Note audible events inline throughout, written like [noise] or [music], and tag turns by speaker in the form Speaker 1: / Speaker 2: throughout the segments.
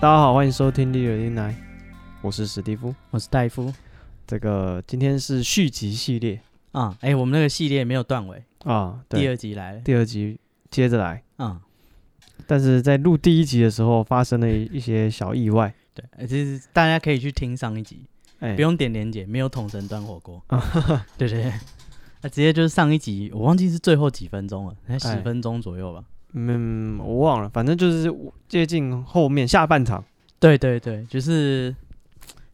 Speaker 1: 大家好，欢迎收听《第六电台》，我是史蒂夫。
Speaker 2: 我是戴夫
Speaker 1: 这个今天是续集系列
Speaker 2: 啊，哎、我们那个系列没有断尾，
Speaker 1: 啊，对，
Speaker 2: 第二集来了
Speaker 1: 第二集接着来。
Speaker 2: 啊、
Speaker 1: 但是在录第一集的时候，发生了一些小意外，
Speaker 2: 对，呃就是大家可以去听上一集，
Speaker 1: 哎、
Speaker 2: 不用点连结，没有桶神端火锅， [laughs] 对对对，那、直接就是上一集，我忘记是最后几分钟了，才
Speaker 1: 哎
Speaker 2: 十分钟左右吧，
Speaker 1: 嗯，我忘了，反正就是接近后面下半场。
Speaker 2: 对对对，就是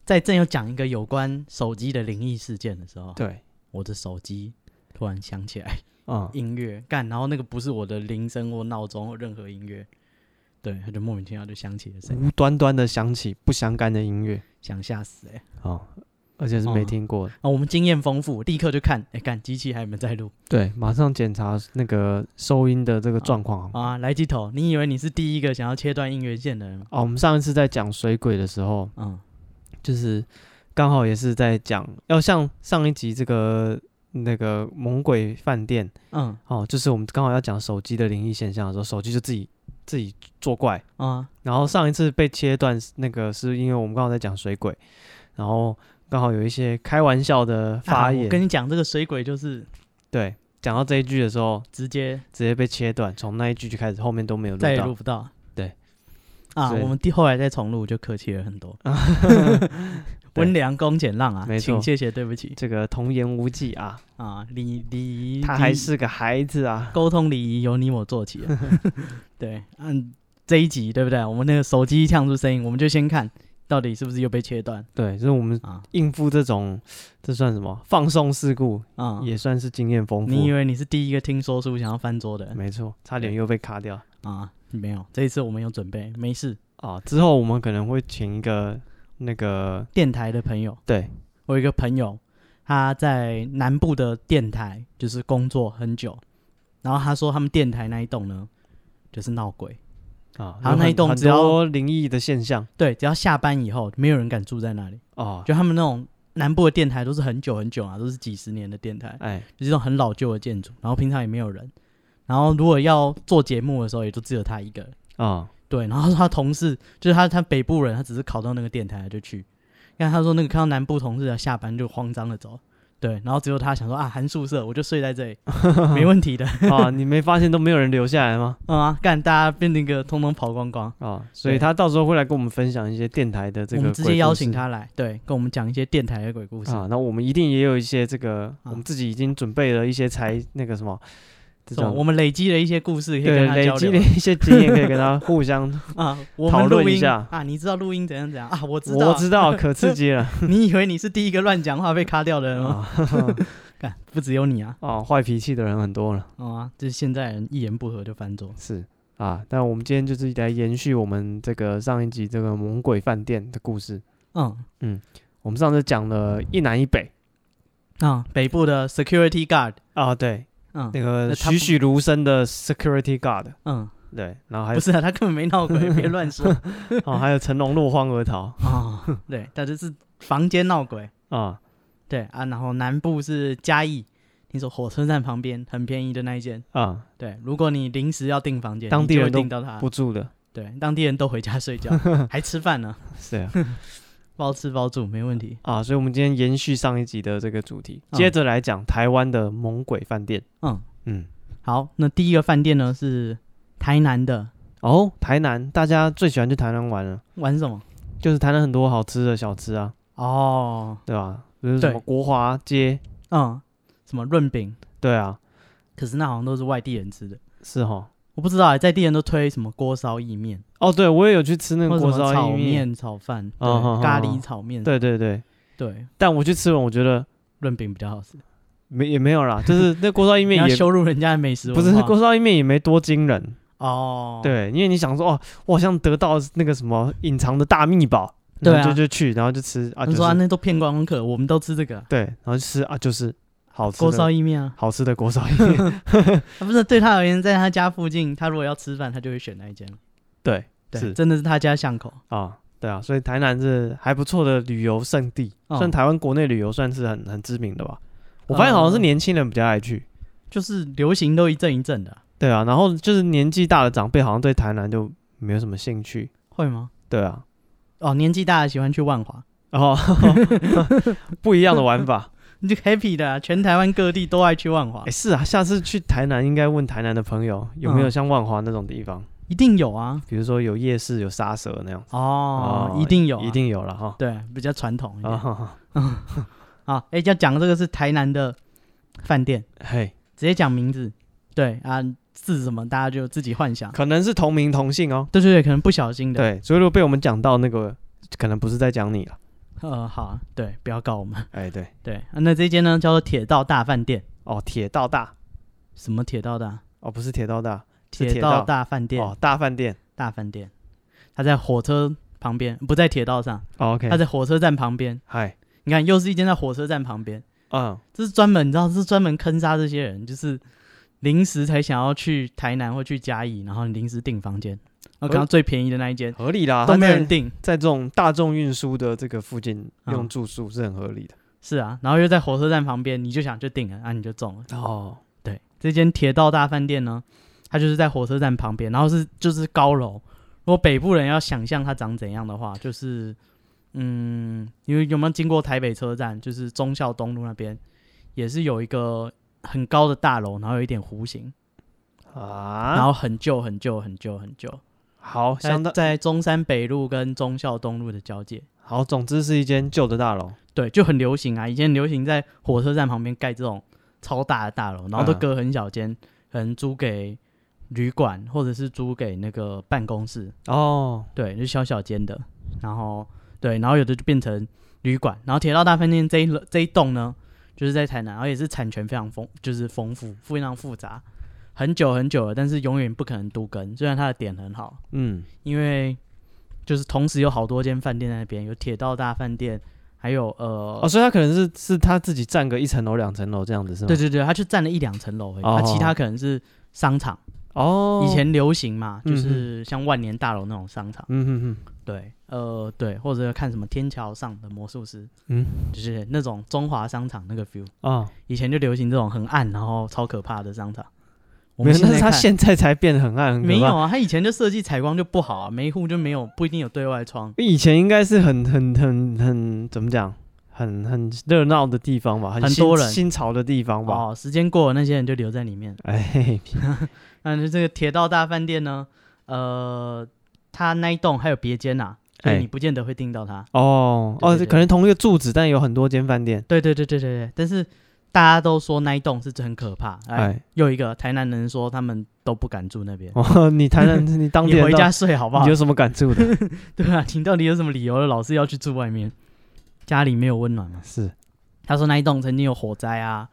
Speaker 2: 在正要讲一个有关手机的灵异事件的时候，
Speaker 1: 对，
Speaker 2: 我的手机突然响起来
Speaker 1: 啊、
Speaker 2: 音乐，干，然后那个不是我的铃声或闹钟或任何音乐，对，它就莫名其妙就响起了声音，
Speaker 1: 无端端的响起不相干的音乐，
Speaker 2: 想吓死哎、
Speaker 1: 哦，而且是没
Speaker 2: 哦
Speaker 1: 听过的。
Speaker 2: 啊，我们经验丰富，立刻就看，哎，看机器还有没有在录
Speaker 1: 对，马上检查那个收音的这个状况。
Speaker 2: 啊？来机头，你以为你是第一个想要切断音乐线的人吗？
Speaker 1: 哦，我们上一次在讲水鬼的时候，
Speaker 2: 嗯，
Speaker 1: 就是刚好也是在讲，要像上一集这个那个猛鬼饭店
Speaker 2: 嗯
Speaker 1: 哦，就是我们刚好要讲手机的灵异现象的时候，手机就自己自己作怪。
Speaker 2: 啊
Speaker 1: 然后上一次被切断是，那个是因为我们刚好在讲水鬼，然后刚好有一些开玩笑的发
Speaker 2: 啊我
Speaker 1: 言，
Speaker 2: 跟你讲，这个水鬼就是
Speaker 1: 对，讲到这一句的时候，
Speaker 2: 直接
Speaker 1: 直接被切断，从那一句就开始，后面都没有录
Speaker 2: 再也
Speaker 1: 到
Speaker 2: 录。不到。
Speaker 1: 对，
Speaker 2: 啊，
Speaker 1: 所以
Speaker 2: 我们第后来再重录就客气了很多。
Speaker 1: [laughs]
Speaker 2: [laughs]
Speaker 1: 对
Speaker 2: 温良恭俭让啊
Speaker 1: 没，错
Speaker 2: 请谢谢对不起
Speaker 1: 这个童言无忌啊，
Speaker 2: 啊，礼礼
Speaker 1: 他还
Speaker 2: 礼
Speaker 1: 是个孩子啊，
Speaker 2: 沟通礼仪由你我做起啊。
Speaker 1: [laughs]
Speaker 2: 对，嗯，这一集对不对？我们那个手机呛出声音，我们就先看到底是不是又被切断
Speaker 1: 对，就是我们
Speaker 2: 啊
Speaker 1: 应付这种这算什么放送事故，
Speaker 2: 啊！
Speaker 1: 也算是经验丰富。
Speaker 2: 你以为你是第一个听说书想要翻桌的人
Speaker 1: 没错，差点又被卡掉
Speaker 2: 啊？没有，这一次我们有准备，没事。
Speaker 1: 啊！之后我们可能会请一个那个
Speaker 2: 电台的朋友，
Speaker 1: 对
Speaker 2: 我有一个朋友，他在南部的电台就是工作很久，然后他说他们电台那一栋呢，就是闹鬼，
Speaker 1: 啊，
Speaker 2: 好
Speaker 1: 有
Speaker 2: 那一
Speaker 1: 很
Speaker 2: 栋
Speaker 1: 很
Speaker 2: 只要
Speaker 1: 多灵异的现象
Speaker 2: 对，只要下班以后，没有人敢住在那里。
Speaker 1: 哦，
Speaker 2: 就他们那种南部的电台都是很久很久啊，都是几十年的电台，
Speaker 1: 哎
Speaker 2: 就是这种很老旧的建筑，然后平常也没有人，然后如果要做节目的时候，也就只有他一个人。 [laughs]
Speaker 1: 啊
Speaker 2: 对，然后他同事就是他，他北部人，他只是考到那个电台就去。但他说那个看到南部同事的下班就慌张的走，对，然后只有他想说啊，寒宿舍我就睡在
Speaker 1: [laughs]
Speaker 2: 这里，没问题的。 [laughs]
Speaker 1: 啊，你没发现都没有人留下来吗？
Speaker 2: 嗯啊，干大家变那个通通跑光光，
Speaker 1: 啊，所以
Speaker 2: 对
Speaker 1: 他到时候会来跟我们分享一些电台的这
Speaker 2: 我
Speaker 1: 个，
Speaker 2: 们直接邀请。他来，对，跟我们讲一些电台的鬼故事。
Speaker 1: 啊，那我们一定也有一些这个，
Speaker 2: 啊
Speaker 1: 我们自己已经准备了一些才那个什么，这
Speaker 2: 这种
Speaker 1: 种
Speaker 2: 我们累积了一些故事，可以
Speaker 1: 对
Speaker 2: 跟他
Speaker 1: 累
Speaker 2: 交
Speaker 1: 积了
Speaker 2: 流
Speaker 1: 一些经验，可以跟他互
Speaker 2: [laughs]
Speaker 1: 相。 [laughs]
Speaker 2: 啊。我
Speaker 1: 讨
Speaker 2: 们
Speaker 1: 论
Speaker 2: 录
Speaker 1: 一
Speaker 2: 音
Speaker 1: 下
Speaker 2: 啊，你知道录音怎样怎样啊？我知道 [laughs]
Speaker 1: 我
Speaker 2: 啊，
Speaker 1: 知道，可刺激了
Speaker 2: 你以为你是第一个乱讲话被卡掉的人吗？
Speaker 1: 啊！
Speaker 2: [laughs] 干，不只有你啊，
Speaker 1: 哦，坏脾气的人很多了。
Speaker 2: 哦啊，就是现在人一言不合就翻桌。
Speaker 1: 是啊，但我们今天就是来延续我们这个上一集这个猛鬼饭店的故事。
Speaker 2: 嗯，
Speaker 1: 我们上次讲了一南一北
Speaker 2: 啊，北部的 security guard，
Speaker 1: 啊，对，
Speaker 2: 嗯
Speaker 1: 那个
Speaker 2: 那他
Speaker 1: 栩
Speaker 2: 不
Speaker 1: 栩如生的 security guard，
Speaker 2: 嗯，
Speaker 1: 对，然后还
Speaker 2: 不
Speaker 1: [laughs] 有
Speaker 2: 是啊，他根本没闹鬼，别乱说
Speaker 1: 哦，还有成龙落荒而逃
Speaker 2: 啊、
Speaker 1: 哦
Speaker 2: [laughs] 对，他就是房间闹鬼，
Speaker 1: 啊，
Speaker 2: 对啊，然后南部是嘉义，听说火车站旁边很便宜的那一间，
Speaker 1: 啊，
Speaker 2: 对，如果你临时要订房间，
Speaker 1: 当地人
Speaker 2: 你
Speaker 1: 都
Speaker 2: 就会订到他，
Speaker 1: 不住的，
Speaker 2: 对，当地人都回家睡觉，还吃饭呢，
Speaker 1: [laughs] 是啊，
Speaker 2: 包吃包住没问题。
Speaker 1: 啊，所以我们今天延续上一集的这个主题，
Speaker 2: 嗯
Speaker 1: 接着来讲台湾的猛鬼饭店。
Speaker 2: 嗯，
Speaker 1: 嗯，
Speaker 2: 好，那第一个饭店呢是台南的，
Speaker 1: 哦，台南大家最喜欢去台南玩了，
Speaker 2: 玩什么？
Speaker 1: 就是台南很多好吃的小吃啊，
Speaker 2: 哦，
Speaker 1: 对吧？比如什么
Speaker 2: 对
Speaker 1: 国华街，
Speaker 2: 嗯，什么润饼，
Speaker 1: 对啊，
Speaker 2: 可是那好像都是外地人吃的。
Speaker 1: 是哈。
Speaker 2: 我不知道、欸，在地人都推什么锅烧意面，
Speaker 1: 哦，对，我也有去吃那
Speaker 2: 或
Speaker 1: 个
Speaker 2: 者
Speaker 1: 锅
Speaker 2: 什
Speaker 1: 烧
Speaker 2: 么炒
Speaker 1: 意面，
Speaker 2: 面、炒饭、对
Speaker 1: 哦好好
Speaker 2: 咖
Speaker 1: 好
Speaker 2: 喱炒面，
Speaker 1: 对对对，
Speaker 2: 对，
Speaker 1: 但我去吃完，我觉得
Speaker 2: 润饼比较好吃。
Speaker 1: 没也没有啦，就是那锅烧意
Speaker 2: [laughs] 你
Speaker 1: 面
Speaker 2: 要
Speaker 1: 也
Speaker 2: 羞辱人家的美食
Speaker 1: 不
Speaker 2: 文
Speaker 1: 是
Speaker 2: 化，
Speaker 1: 锅烧意面也没多惊人，
Speaker 2: 哦，，
Speaker 1: 对，因为你想说哦，我好像得到那个什么隐藏的大秘宝，然
Speaker 2: 对
Speaker 1: 后
Speaker 2: 啊
Speaker 1: 就就去，然后就吃啊，
Speaker 2: 他
Speaker 1: 就
Speaker 2: 们说啊，
Speaker 1: 是
Speaker 2: 那都骗观光客，我们都吃这个
Speaker 1: 对，然后就吃啊，就是好吃
Speaker 2: 锅烧
Speaker 1: 的
Speaker 2: 意面啊，
Speaker 1: 好吃的锅烧意
Speaker 2: [laughs]
Speaker 1: 面，
Speaker 2: 啊不是对他而言，在他家附近，他如果要吃饭，他就会选那一间，
Speaker 1: 对
Speaker 2: 对，
Speaker 1: 是
Speaker 2: 真的是他家巷口，
Speaker 1: 啊，对啊，所以台南是还不错的旅游胜地，
Speaker 2: 哦
Speaker 1: 算台湾国内旅游算是很很知名的吧。我发现好像是
Speaker 2: 呃
Speaker 1: 年轻人比较爱去，
Speaker 2: 就是流行都一阵一阵的啊、
Speaker 1: 对啊，然后就是年纪大的长辈好像对台南就没有什么兴趣。
Speaker 2: 会吗？
Speaker 1: 对啊，
Speaker 2: 哦，年纪大的喜欢去万华，
Speaker 1: 哦， [laughs] 不一样的玩法。
Speaker 2: 你就 happy 的啊、全台湾各地都爱去万华
Speaker 1: 哎、，是啊，下次去台南应该问台南的朋友有没有
Speaker 2: 嗯
Speaker 1: 像万华那种地方，
Speaker 2: 一定有啊。
Speaker 1: 比如说有夜市、有沙蛇那样。
Speaker 2: 哦，一定有、嗯
Speaker 1: 一。定有了哈。
Speaker 2: 对，比较传统一点。
Speaker 1: 啊，
Speaker 2: 啊，哎、要讲的这个是台南的饭店，
Speaker 1: [laughs] 嘿，
Speaker 2: 直接讲名字。对啊，字什么大家就自己幻想。
Speaker 1: 可能是同名同姓哦。
Speaker 2: 对对对，可能不小心的。
Speaker 1: 对，所以如果被我们讲到那个，可能不是在讲你了。
Speaker 2: 呃，好啊，对，不要告我们。
Speaker 1: 哎，对，
Speaker 2: 对，啊、那这间呢叫做铁道大饭店，
Speaker 1: 哦，铁道大，
Speaker 2: 什么铁道大？
Speaker 1: 哦，不是铁道大，是
Speaker 2: 铁
Speaker 1: 铁道
Speaker 2: 道大饭店，
Speaker 1: 哦，大饭店。
Speaker 2: 大饭店，它在火车旁边，不在铁道上，
Speaker 1: 哦 OK，
Speaker 2: 它在火车站旁边。
Speaker 1: 嗨，
Speaker 2: 你看，又是一间在火车站旁边，
Speaker 1: 嗯，
Speaker 2: 这是专门你知道，这是专门坑杀这些人，就是临时才想要去台南或去嘉义，然后临时订房间，然后看到最便宜的那一间、
Speaker 1: 合理啦，
Speaker 2: 都没有
Speaker 1: 他
Speaker 2: 人
Speaker 1: 在
Speaker 2: 订，
Speaker 1: 在这种大众运输的这个附近
Speaker 2: 嗯
Speaker 1: 用住宿是很合理的。
Speaker 2: 是啊，然后又在火车站旁边，你就想就订了，啊，你就中了。
Speaker 1: 哦，
Speaker 2: 对，这间铁道大饭店呢，它就是在火车站旁边，然后是就是高楼。如果北部人要想象它长怎样的话，就是嗯，因为有没有经过台北车站，就是忠孝东路那边，也是有一个很高的大楼，然后有一点弧形，然
Speaker 1: 啊，
Speaker 2: 后很旧很旧很旧很旧，
Speaker 1: 好，
Speaker 2: 在
Speaker 1: 相当
Speaker 2: 在中山北路跟忠孝东路的交界。
Speaker 1: 好，总之是一间旧的大楼。
Speaker 2: 对，就很流行啊，以前流行在火车站旁边盖这种超大的大楼，然后都
Speaker 1: 嗯
Speaker 2: 隔很小间，可能租给旅馆或者是租给那个办公室，
Speaker 1: 哦，
Speaker 2: 对，就小小间的，然后对，然后有的就变成旅馆，然后铁道大饭店这一楼这一栋呢，就是在台南，然后也是产权非常丰，就是丰富，非常复杂，很久很久了，但是永远不可能都跟，虽然它的点很好，
Speaker 1: 嗯，
Speaker 2: 因为就是同时有好多间饭店在那边，有铁道大饭店，还有呃
Speaker 1: 哦，所以他可能是是他自己占个一层楼、两层楼这样子是吗？
Speaker 2: 对，对对，他就占了一两层楼而已，
Speaker 1: 哦
Speaker 2: 他其他可能是商场，
Speaker 1: 哦，
Speaker 2: 以，前流行嘛，
Speaker 1: 嗯哼
Speaker 2: 就是像万年大楼那种商场，
Speaker 1: 嗯哼哼。
Speaker 2: 对，呃，对，或者看什么天桥上的魔术师，
Speaker 1: 嗯，
Speaker 2: 就是那种中华商场那个 feel，
Speaker 1: 啊，
Speaker 2: 以前就流行这种很暗然后超可怕的商场。我
Speaker 1: 没有，
Speaker 2: 们现
Speaker 1: 但
Speaker 2: 在
Speaker 1: 是他
Speaker 2: 看
Speaker 1: 现在才变得很暗，很可
Speaker 2: 没
Speaker 1: 怕
Speaker 2: 有啊，他以前就设计采光就不好啊，每一户就没有不一定有对外窗，
Speaker 1: 因为以前应该是很很很很怎么讲，很很热闹的地方吧，很
Speaker 2: 很
Speaker 1: 新
Speaker 2: 多人
Speaker 1: 新潮的地方吧。
Speaker 2: 哦，时间过了那些人就留在里面。
Speaker 1: 哎 [laughs] 嘿嘿，
Speaker 2: 那就这个铁道大饭店呢，呃，它那一栋还有别间呐、所以
Speaker 1: 哎
Speaker 2: 你不见得会订到它。
Speaker 1: 哦
Speaker 2: 对
Speaker 1: 哦，
Speaker 2: 对对
Speaker 1: 可能同一个住址，但有很多间饭店。
Speaker 2: 对对对对对对，但是大家都说那一栋是很可怕。哎，
Speaker 1: 哎，
Speaker 2: 又一个台南人说他们都不敢住那边，
Speaker 1: 哦， [laughs] 你谈谈你当地
Speaker 2: 你
Speaker 1: 人
Speaker 2: 回
Speaker 1: 到
Speaker 2: 家睡好不好
Speaker 1: 你有？什么感触的？
Speaker 2: [laughs] 对啊，你到底有什么理由老是要去住外面？家里没有温暖吗？
Speaker 1: 是
Speaker 2: 他说那一栋曾经有火灾啊，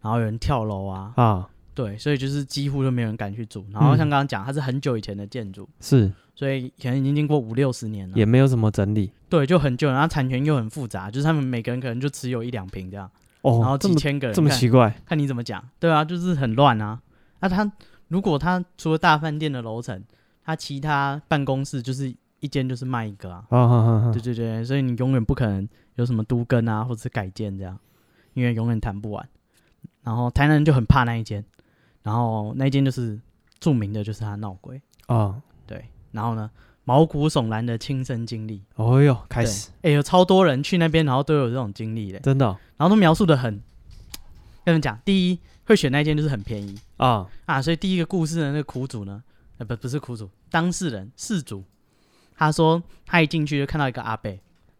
Speaker 2: 然后有人跳楼啊，
Speaker 1: 啊，
Speaker 2: 对，所以就是几乎都没有人敢去住。
Speaker 1: 嗯
Speaker 2: 然后像刚刚讲，它是很久以前的建筑，
Speaker 1: 是
Speaker 2: 所以可能已经经过五六十年了。
Speaker 1: 也没有什么整理
Speaker 2: 对，就很旧，然后产权又很复杂，就是他们每个人可能就持有一两瓶这样，然后
Speaker 1: 哦，这
Speaker 2: 几
Speaker 1: 么
Speaker 2: 千个人，
Speaker 1: 这么
Speaker 2: 看
Speaker 1: 奇怪
Speaker 2: 看你怎么讲，对啊，就是很乱啊。那、他如果他除了大饭店的楼层，他其他办公室就是一间就是卖一个啊，
Speaker 1: 啊啊啊！啊
Speaker 2: 对对对，所以你永远不可能有什么都更啊，或者是改建这样，因为永远谈不完。然后台南人就很怕那一间，然后那一间就是著名的就是他闹鬼，
Speaker 1: 啊！
Speaker 2: 对，然后呢毛骨悚然的亲身经历，
Speaker 1: 哦哟，开始
Speaker 2: 哎、有超多人去那边，然后都有这种经历的，
Speaker 1: 真的哦
Speaker 2: 然后都描述的很，跟你们讲，第一会选那间就是很便宜
Speaker 1: 啊，
Speaker 2: 啊，所以第一个故事的那个苦主呢，呃不不是苦主，当事人事主，他说他一进去就看到一个阿伯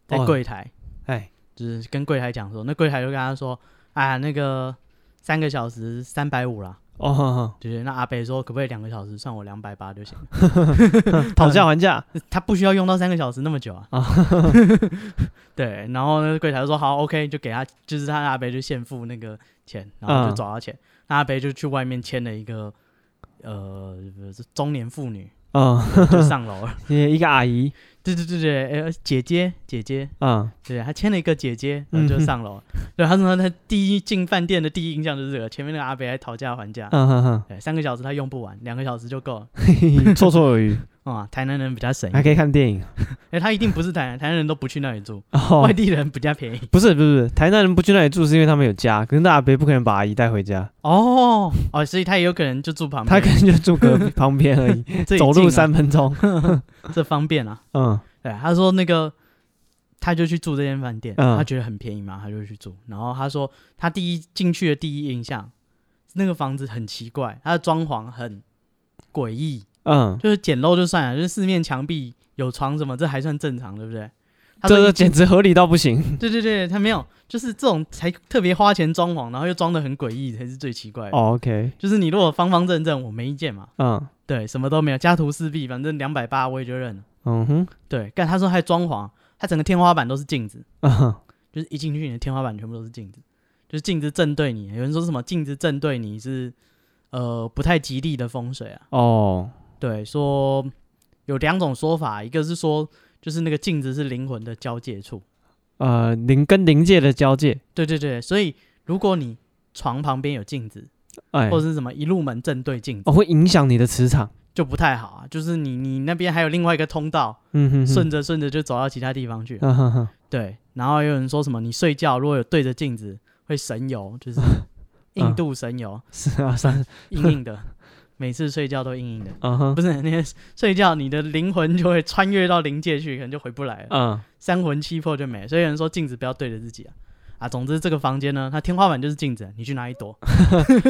Speaker 2: 在
Speaker 1: 哦
Speaker 2: 柜台，
Speaker 1: 哎
Speaker 2: 就是跟柜台讲说，那柜台就跟他说啊那个三个小时三百五啦，
Speaker 1: 哦哈哈，
Speaker 2: 就是那阿伯说可不可以两个小时算我两百八就行了，嗯
Speaker 1: 讨价还价
Speaker 2: 他不需要用到三个小时那么久啊。 [laughs] 对，然后那个柜台就说好，OK，就给他，就是他阿北就现付那个钱，然后就
Speaker 1: 嗯
Speaker 2: 找到钱，那阿北就去外面签了一个呃中年妇女
Speaker 1: 啊， [laughs]
Speaker 2: 就上楼了，
Speaker 1: 也一个阿姨
Speaker 2: 对对对对，呃姐姐姐姐，
Speaker 1: 啊，
Speaker 2: 对，他签了一个姐姐，然后就上楼了。对，他说他第一进饭店的第一印象就是这个，前面那个阿北还讨价还
Speaker 1: [laughs]
Speaker 2: 价，
Speaker 1: 嗯哼哼，
Speaker 2: 对，三个小时他用不完，两个小时就够了。
Speaker 1: 嘿嘿嘿绰绰有余，
Speaker 2: 啊、台南人比较省一
Speaker 1: 还
Speaker 2: 点，
Speaker 1: 可以看电影。
Speaker 2: 哎、他一定不是台南，台南人都不去那里住，
Speaker 1: 哦
Speaker 2: [laughs] 外，地人比较便宜。
Speaker 1: 不是不是，不是台南人不去那里住是因为他们有家，可是那阿伯不可能把阿姨带回家，
Speaker 2: 哦哦，所以他也有可能就住旁
Speaker 1: 他
Speaker 2: 边， [laughs]
Speaker 1: 可能就住隔壁旁边而已，
Speaker 2: 这也
Speaker 1: 走
Speaker 2: 近
Speaker 1: 路
Speaker 2: 啊
Speaker 1: 三分钟。
Speaker 2: 这方便啊。
Speaker 1: 嗯，
Speaker 2: 对，他说那个他就去住这间饭店，
Speaker 1: 嗯
Speaker 2: 他觉得很便宜嘛，他就去住。然后他说他第一进去的第一印象，那个房子很奇怪，它的装潢很诡异，
Speaker 1: 嗯，
Speaker 2: 就是简陋就算了，就是四面墙壁有床什么，这还算正常，对不对？他
Speaker 1: 这
Speaker 2: 说
Speaker 1: 个
Speaker 2: 一进
Speaker 1: 简直合理到不行
Speaker 2: 对对对，他没有，就是这种才特别花钱装潢，然后又装的很诡异，才是最奇怪的。
Speaker 1: 哦，OK，
Speaker 2: 就是你如果方方正正，我没意见嘛，
Speaker 1: 嗯
Speaker 2: 对，什么都没有，家徒四壁，反正两百八我也就认了。
Speaker 1: 嗯哼，
Speaker 2: 对，但他说还装潢，他整个天花板都是镜子，
Speaker 1: 嗯
Speaker 2: 就是一进去你的天花板全部都是镜子，就是镜子正对你。有人说什么镜子正对你是呃不太吉利的风水啊，
Speaker 1: 哦，
Speaker 2: 对，说有两种说法，一个是说就是那个镜子是灵魂的交界处，
Speaker 1: 呃，临跟临界的交界，
Speaker 2: 对对对，所以如果你床旁边有镜子，
Speaker 1: 哎
Speaker 2: 或，者是什么一入门正对镜子，
Speaker 1: 哦，会影响你的磁场，
Speaker 2: 就不太好啊。就是你你那边还有另外一个通道，
Speaker 1: 嗯哼哼，
Speaker 2: 顺着顺着就走到其他地方去了。
Speaker 1: 嗯哼哼，
Speaker 2: 对，然后也有人说什么你睡觉如果有对着镜子会神游，
Speaker 1: [laughs]
Speaker 2: 就是
Speaker 1: 嗯
Speaker 2: 印度神游，
Speaker 1: 是啊，是啊，
Speaker 2: 硬硬的，每次睡觉都硬硬的。
Speaker 1: 嗯哼，
Speaker 2: 不是，那天睡觉你的灵魂就会穿越到灵界去，可能就回不来了，
Speaker 1: 嗯
Speaker 2: 三魂七魄就没了。所以有人说镜子不要对着自己啊。啊，总之这个房间呢，它天花板就是镜子，你去哪里躲？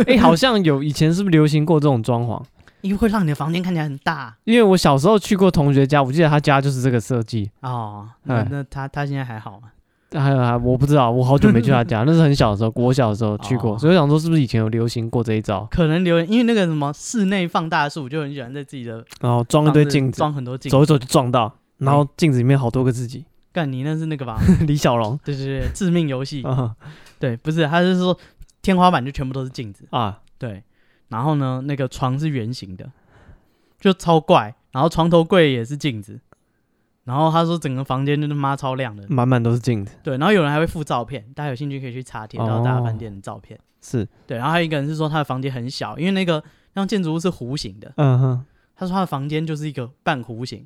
Speaker 1: 哎、好像有以前是不是流行过这种装潢？
Speaker 2: 因为会让你的房间看起来很大
Speaker 1: 因为我小时候去过同学家，我记得他家就是这个设计。
Speaker 2: 哦。那
Speaker 1: 哎
Speaker 2: 那他他现在还好吗？
Speaker 1: 还有啊，我不知道，我好久没去他
Speaker 2: [laughs]
Speaker 1: 家，那是很小的时候，我小的时候去过，
Speaker 2: 哦
Speaker 1: 所以我想说是不是以前有流行过这一招，
Speaker 2: 可能留言，因为那个什么室内放大术，就很喜欢在自己的
Speaker 1: 然后装一
Speaker 2: 房
Speaker 1: 堆
Speaker 2: 子
Speaker 1: 镜子，
Speaker 2: 装很多镜子。
Speaker 1: 走一走就撞到，然后镜子里面好多个自己， [laughs]
Speaker 2: 干你那是那个吧？
Speaker 1: 李小龙
Speaker 2: 对对对，致命游戏。
Speaker 1: 啊
Speaker 2: 对，不是，他是说天花板就全部都是镜子。
Speaker 1: 啊，
Speaker 2: 对，然后呢，那个床是圆形的，就超怪。然后床头柜也是镜子。然后他说整个房间就是妈超亮的，
Speaker 1: 满满都是镜子，
Speaker 2: 对。然后有人还会附照片，大家有兴趣可以去查贴到大饭店的照片。
Speaker 1: 是，
Speaker 2: 对，然后还有一个人是说他的房间很小，因为那个那栋建筑物是弧形的，
Speaker 1: 嗯哼，
Speaker 2: 他说他的房间就是一个半弧形，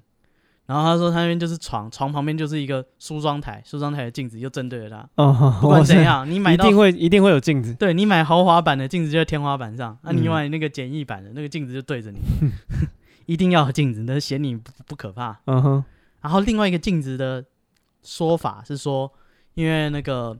Speaker 2: 然后他说他那边就是床，床旁边就是一个梳妆台，梳妆台的镜子就针对着他。
Speaker 1: 哦，哼
Speaker 2: 不管怎，样，你
Speaker 1: 哇塞
Speaker 2: 买
Speaker 1: 一
Speaker 2: 到
Speaker 1: 定会一定会有镜子，
Speaker 2: 对你买豪华版的镜子就在天花板上，那、你
Speaker 1: 嗯
Speaker 2: 买那个简易版的那个镜子就对着
Speaker 1: [laughs]
Speaker 2: 你，一定要有镜子，那显你不不可怕。
Speaker 1: 嗯哼，
Speaker 2: 然后另外一个镜子的说法是说，因为那个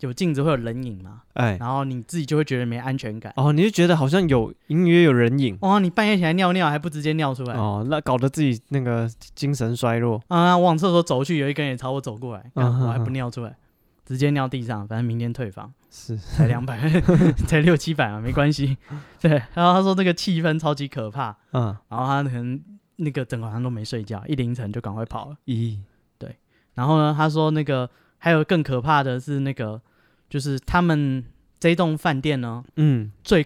Speaker 2: 有镜子会有人影嘛，
Speaker 1: 哎，
Speaker 2: 然后你自己就会觉得没安全感。
Speaker 1: 哦，你就觉得好像有隐约有人影，
Speaker 2: 哇、你半夜起来尿尿还不直接尿出来？
Speaker 1: 哦，那搞得自己那个精神衰弱，
Speaker 2: 啊，往厕所走去，有一个人也朝我走过来，
Speaker 1: 嗯
Speaker 2: 干
Speaker 1: 哼
Speaker 2: 我还不
Speaker 1: 哼
Speaker 2: 尿出来，直接尿地上，反正明天退
Speaker 1: [laughs]
Speaker 2: 房，
Speaker 1: 是，
Speaker 2: 才两百，才六七百嘛，没关系。 [laughs] 对，然后他说这个气氛超级可怕，
Speaker 1: 嗯，
Speaker 2: 然后他可能那个整个晚上都没睡觉，一凌晨就赶快跑了。
Speaker 1: 咦，
Speaker 2: 然后呢，他说那个还有更可怕的是那个，就是他们这栋饭店呢
Speaker 1: 嗯
Speaker 2: 最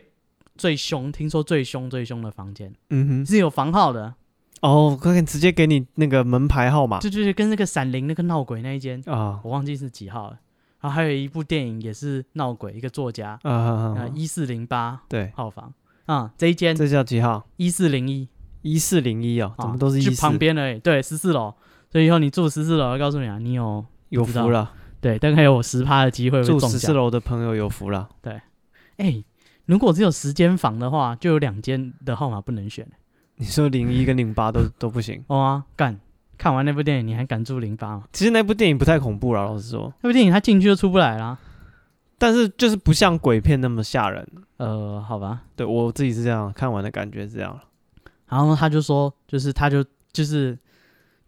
Speaker 2: 最凶，听说最凶最凶的房间
Speaker 1: 嗯哼，
Speaker 2: 是有房号的，
Speaker 1: 哦，快点直接给你那个门牌号码
Speaker 2: 就就是跟那个闪灵那个闹鬼那一间
Speaker 1: 啊，
Speaker 2: 我忘记是几号了。然后还有一部电影也是闹鬼，一个作家，
Speaker 1: 啊啊
Speaker 2: 啊
Speaker 1: 啊，
Speaker 2: 一四零八
Speaker 1: 对，
Speaker 2: 号房啊、这一间
Speaker 1: 这叫几号？
Speaker 2: 一四零一，
Speaker 1: 一四零一哦，
Speaker 2: 啊
Speaker 1: 怎么都是一
Speaker 2: 就
Speaker 1: 四？
Speaker 2: 旁边而已，对，十四楼。所以以后你住十四楼，我告诉你啊，你有
Speaker 1: 有
Speaker 2: 不知道
Speaker 1: 福了，
Speaker 2: 对大概有十趴的机会会
Speaker 1: 住
Speaker 2: 中
Speaker 1: 十四
Speaker 2: 奖。
Speaker 1: 楼的朋友有福了。
Speaker 2: 哎、如果只有十间房的话，就有两间的号码不能选。
Speaker 1: 你说零一跟零八
Speaker 2: [laughs]
Speaker 1: 都都不行。
Speaker 2: 哦啊，干！看完那部电影，你还敢住零八吗？
Speaker 1: 其实那部电影不太恐怖啦，老实说，
Speaker 2: 那部电影他进去就出不来啦。
Speaker 1: 但是就是不像鬼片那么吓人。
Speaker 2: 呃，好吧，
Speaker 1: 对我自己是这样看完的感觉是这样。
Speaker 2: 然后他就说，就是他就就是，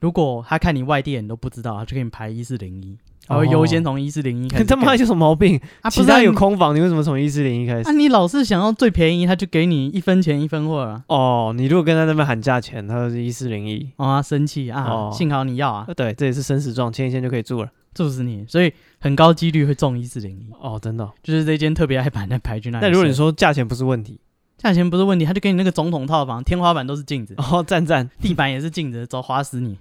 Speaker 2: 如果他看你外地人都不知道，他就给你排一四零一，他
Speaker 1: 哦
Speaker 2: 会优先从一四
Speaker 1: [laughs]
Speaker 2: 零一开始
Speaker 1: 他妈
Speaker 2: 盖
Speaker 1: 有什么毛病？
Speaker 2: 啊，
Speaker 1: 其
Speaker 2: 不是啊
Speaker 1: 他有
Speaker 2: 你
Speaker 1: 空房，你为什么从一四零一开始
Speaker 2: 啊，？你老是想要最便宜，他就给你一分钱一分货啊，
Speaker 1: 哦，你如果跟他那边喊价钱，他就是一四零一。
Speaker 2: 哦啊，生气啊，
Speaker 1: 哦
Speaker 2: 幸好你要啊
Speaker 1: 呃，，对，这也是生死状，签一签就可以住了。
Speaker 2: 祝死你，所以很高几率会中一四零一，
Speaker 1: 哦，真的哦、
Speaker 2: 就是这间特别爱把那排去那里
Speaker 1: 那
Speaker 2: 睡。
Speaker 1: 如果你说价钱不是问题，
Speaker 2: 价钱不是问题，他就给你那个总统套房，天花板都是镜子，
Speaker 1: 哦，赞赞，
Speaker 2: 地板也是镜子，走划死
Speaker 1: [laughs]
Speaker 2: 你。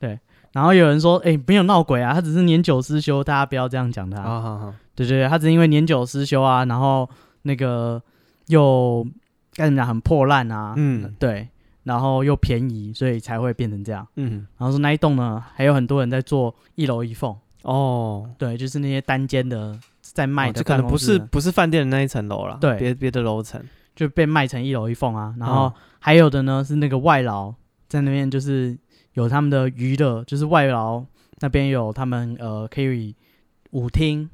Speaker 2: 对，然后有人说，哎、没有闹鬼啊，他只是年久失修，大家不要这样讲他。
Speaker 1: 啊
Speaker 2: 啊
Speaker 1: 好好好，
Speaker 2: 对对对，他只是因为年久失修啊，然后那个又该怎么讲，很破烂啊，
Speaker 1: 嗯
Speaker 2: 对，然后又便宜，所以才会变成这样。
Speaker 1: 嗯，
Speaker 2: 然后说那一栋呢，还有很多人在做一楼一缝，
Speaker 1: 哦，
Speaker 2: 对，就是那些单间的在卖
Speaker 1: 哦
Speaker 2: 的
Speaker 1: 这可
Speaker 2: 办
Speaker 1: 能
Speaker 2: 公
Speaker 1: 不
Speaker 2: 室呢、
Speaker 1: 是不是饭店的那一层楼了，
Speaker 2: 对
Speaker 1: 别别的楼层，
Speaker 2: 就被卖成一楼一缝啊，然后还有的呢是那个外劳在那边就是有他们的娱乐，就是外劳那边有他们呃可以舞厅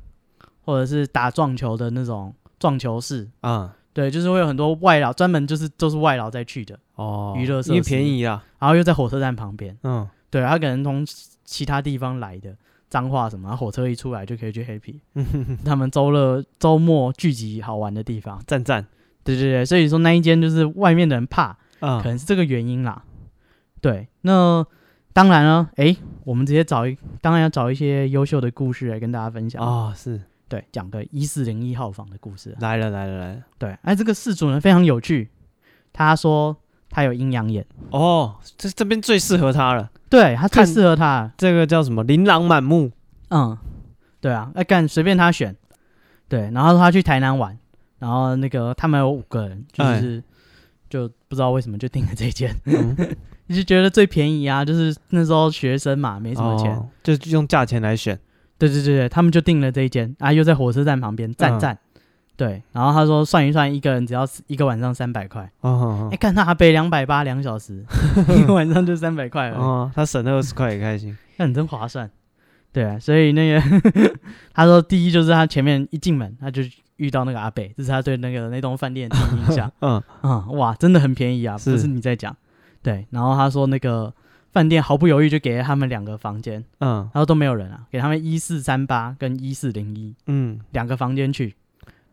Speaker 2: 或者是打撞球的那种撞球室，
Speaker 1: 啊、
Speaker 2: 对，就是会有很多外劳专门就是都是外劳在去的，
Speaker 1: 哦，
Speaker 2: 娱乐设
Speaker 1: 因为
Speaker 2: 施
Speaker 1: 便宜啦，
Speaker 2: 然后又在火车站旁边，
Speaker 1: 嗯，
Speaker 2: 对他可能从其他地方来的。脏话什么，然后火车一出来就可以去 happy，他们周乐周末聚集好玩的地方，
Speaker 1: 赞赞
Speaker 2: 对对对，所以说那一间就是外面的人怕，
Speaker 1: 啊
Speaker 2: 可，能是这个原因啦。对，那当然了，诶，我们直接找一，当然要找一些优秀的故事来跟大家分享。
Speaker 1: 哦，是
Speaker 2: 对，讲个一四零一号房的故事啊、
Speaker 1: 来了来了来了，
Speaker 2: 对，哎，这个事主呢非常有趣，他说他有阴阳眼，
Speaker 1: 哦，这这边最适合他了，
Speaker 2: 对他最
Speaker 1: 看
Speaker 2: 适合他了，
Speaker 1: 这个叫什么？琳琅满目，
Speaker 2: 嗯，对啊，哎干随便他选。对，然后他去台南玩，然后那个他们有五个人，就
Speaker 1: 哎
Speaker 2: 是、就不知道为什么就订了这间，
Speaker 1: 嗯
Speaker 2: [laughs] 就觉得最便宜啊，就是那时候学生嘛，没什么钱，
Speaker 1: 哦就用价钱来选，
Speaker 2: 对对对对，他们就订了这一间啊，又在火车站旁边，站
Speaker 1: 嗯
Speaker 2: 站。对，然后他说算一算，一个人只要一个晚上三百块。
Speaker 1: 哦哦
Speaker 2: 哎，看他还背两百八两
Speaker 1: [laughs]
Speaker 2: 小时，一个晚上就三百块
Speaker 1: 哦，
Speaker 2: 了，
Speaker 1: 哦他省了二十块也开
Speaker 2: [laughs]
Speaker 1: 心，。
Speaker 2: 那、你真划算。对啊，所以那个 [laughs] 他说第一就是他前面一进门他就遇到那个阿北，这是他对那个那栋饭店的第一印象
Speaker 1: [laughs] 嗯，
Speaker 2: 啊、哇，真的很便宜啊，
Speaker 1: 是
Speaker 2: 不是你在讲。对，然后他说那个饭店毫不犹豫就给了他们两个房间，
Speaker 1: 嗯
Speaker 2: 他说都没有人啊，给他们一四三八跟一四零一。
Speaker 1: 嗯，
Speaker 2: 两个房间去。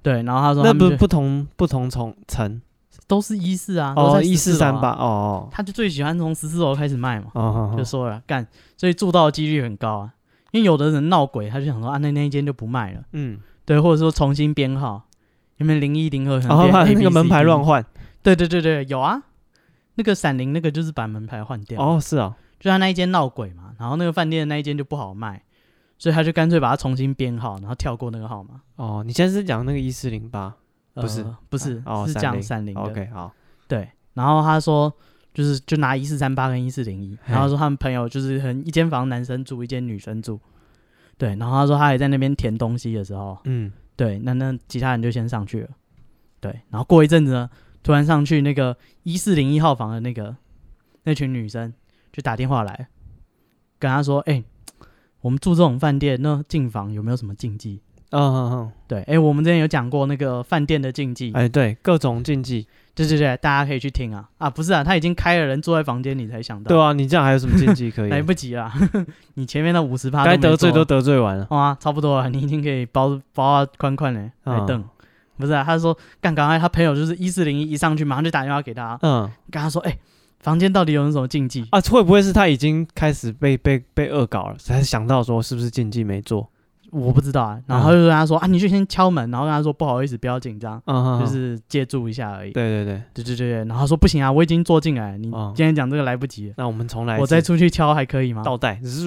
Speaker 2: 对，然后他说
Speaker 1: 那
Speaker 2: 他们
Speaker 1: 不
Speaker 2: 就
Speaker 1: 不同不同层层
Speaker 2: 都是一四啊，都
Speaker 1: 哦，
Speaker 2: 在
Speaker 1: 一四
Speaker 2: 14楼
Speaker 1: 三
Speaker 2: 啊
Speaker 1: 八，哦
Speaker 2: 他就最喜欢从十四楼开始卖嘛，
Speaker 1: 哦哦，
Speaker 2: 就说了干，所以住到的几率很高啊。因为有的人闹鬼，他就想说啊，那那一间就不卖了，
Speaker 1: 嗯，
Speaker 2: 对，或者说重新编号，有没有零一零二？
Speaker 1: 然后哦把那个门牌乱
Speaker 2: 换。
Speaker 1: 换，
Speaker 2: 对对对对，有啊，那个闪灵那个就是把门牌换掉，
Speaker 1: 哦是啊，
Speaker 2: 就他那一间闹鬼嘛，然后那个饭店的那一间就不好卖，所以他就干脆把它重新编号，然后跳过那个号码。
Speaker 1: 哦，你现在是讲那个一四零八不是
Speaker 2: 呃不是，
Speaker 1: 哦
Speaker 2: 是
Speaker 1: 闪
Speaker 2: 讲
Speaker 1: 灵
Speaker 2: 闪灵的。
Speaker 1: ，OK 好，
Speaker 2: 对，然后他说就是就拿一四三八跟一四零一，然后
Speaker 1: 嘿
Speaker 2: 说他们朋友就是很一间房男生住，一间女生住。对，然后他说他也在那边填东西的时候，
Speaker 1: 嗯，
Speaker 2: 对，那那其他人就先上去了。对，然后过一阵子呢，突然上去那个一四零一号房的那个那群女生就打电话来，跟他说：“哎、我们住这种饭店，那进房有没有什么禁忌
Speaker 1: 哦哦？”
Speaker 2: 对，哎、我们之前有讲过那个饭店的禁忌
Speaker 1: 哦，，哎对，各种禁忌，
Speaker 2: 对对对，大家可以去听啊啊，不是啊，他已经开了人坐在房间里才想到，
Speaker 1: 对啊，你这样还有什么禁忌
Speaker 2: [laughs]
Speaker 1: 可以？
Speaker 2: 来不及了，你前面那五十趴
Speaker 1: 该得罪都
Speaker 2: 啊
Speaker 1: 得罪完了，
Speaker 2: 哇、差不多啊了，你已经可以包包啊宽宽嘞，
Speaker 1: 嗯
Speaker 2: 来等。不是啊，他说干，赶快，他朋友就是一四零一一上去，马上就打电话给他，
Speaker 1: 嗯
Speaker 2: 跟他说，哎、房间到底有什么禁忌？
Speaker 1: 啊，会不会是他已经开始被被被恶搞了，才想到说是不是禁忌没做？
Speaker 2: 我不知道
Speaker 1: 嗯
Speaker 2: 啊。然后他就跟他说、啊，你就先敲门，然后跟他说不好意思，不要紧张，
Speaker 1: 嗯，嗯
Speaker 2: 就
Speaker 1: 嗯
Speaker 2: 是借住一下而已。
Speaker 1: 对对对，
Speaker 2: 对对对对，然后他说不行啊，我已经坐进来了，你
Speaker 1: 嗯
Speaker 2: 今天讲这个来不及了，
Speaker 1: 那我们重来一次，
Speaker 2: 我再出去敲还可以吗？
Speaker 1: 倒带，是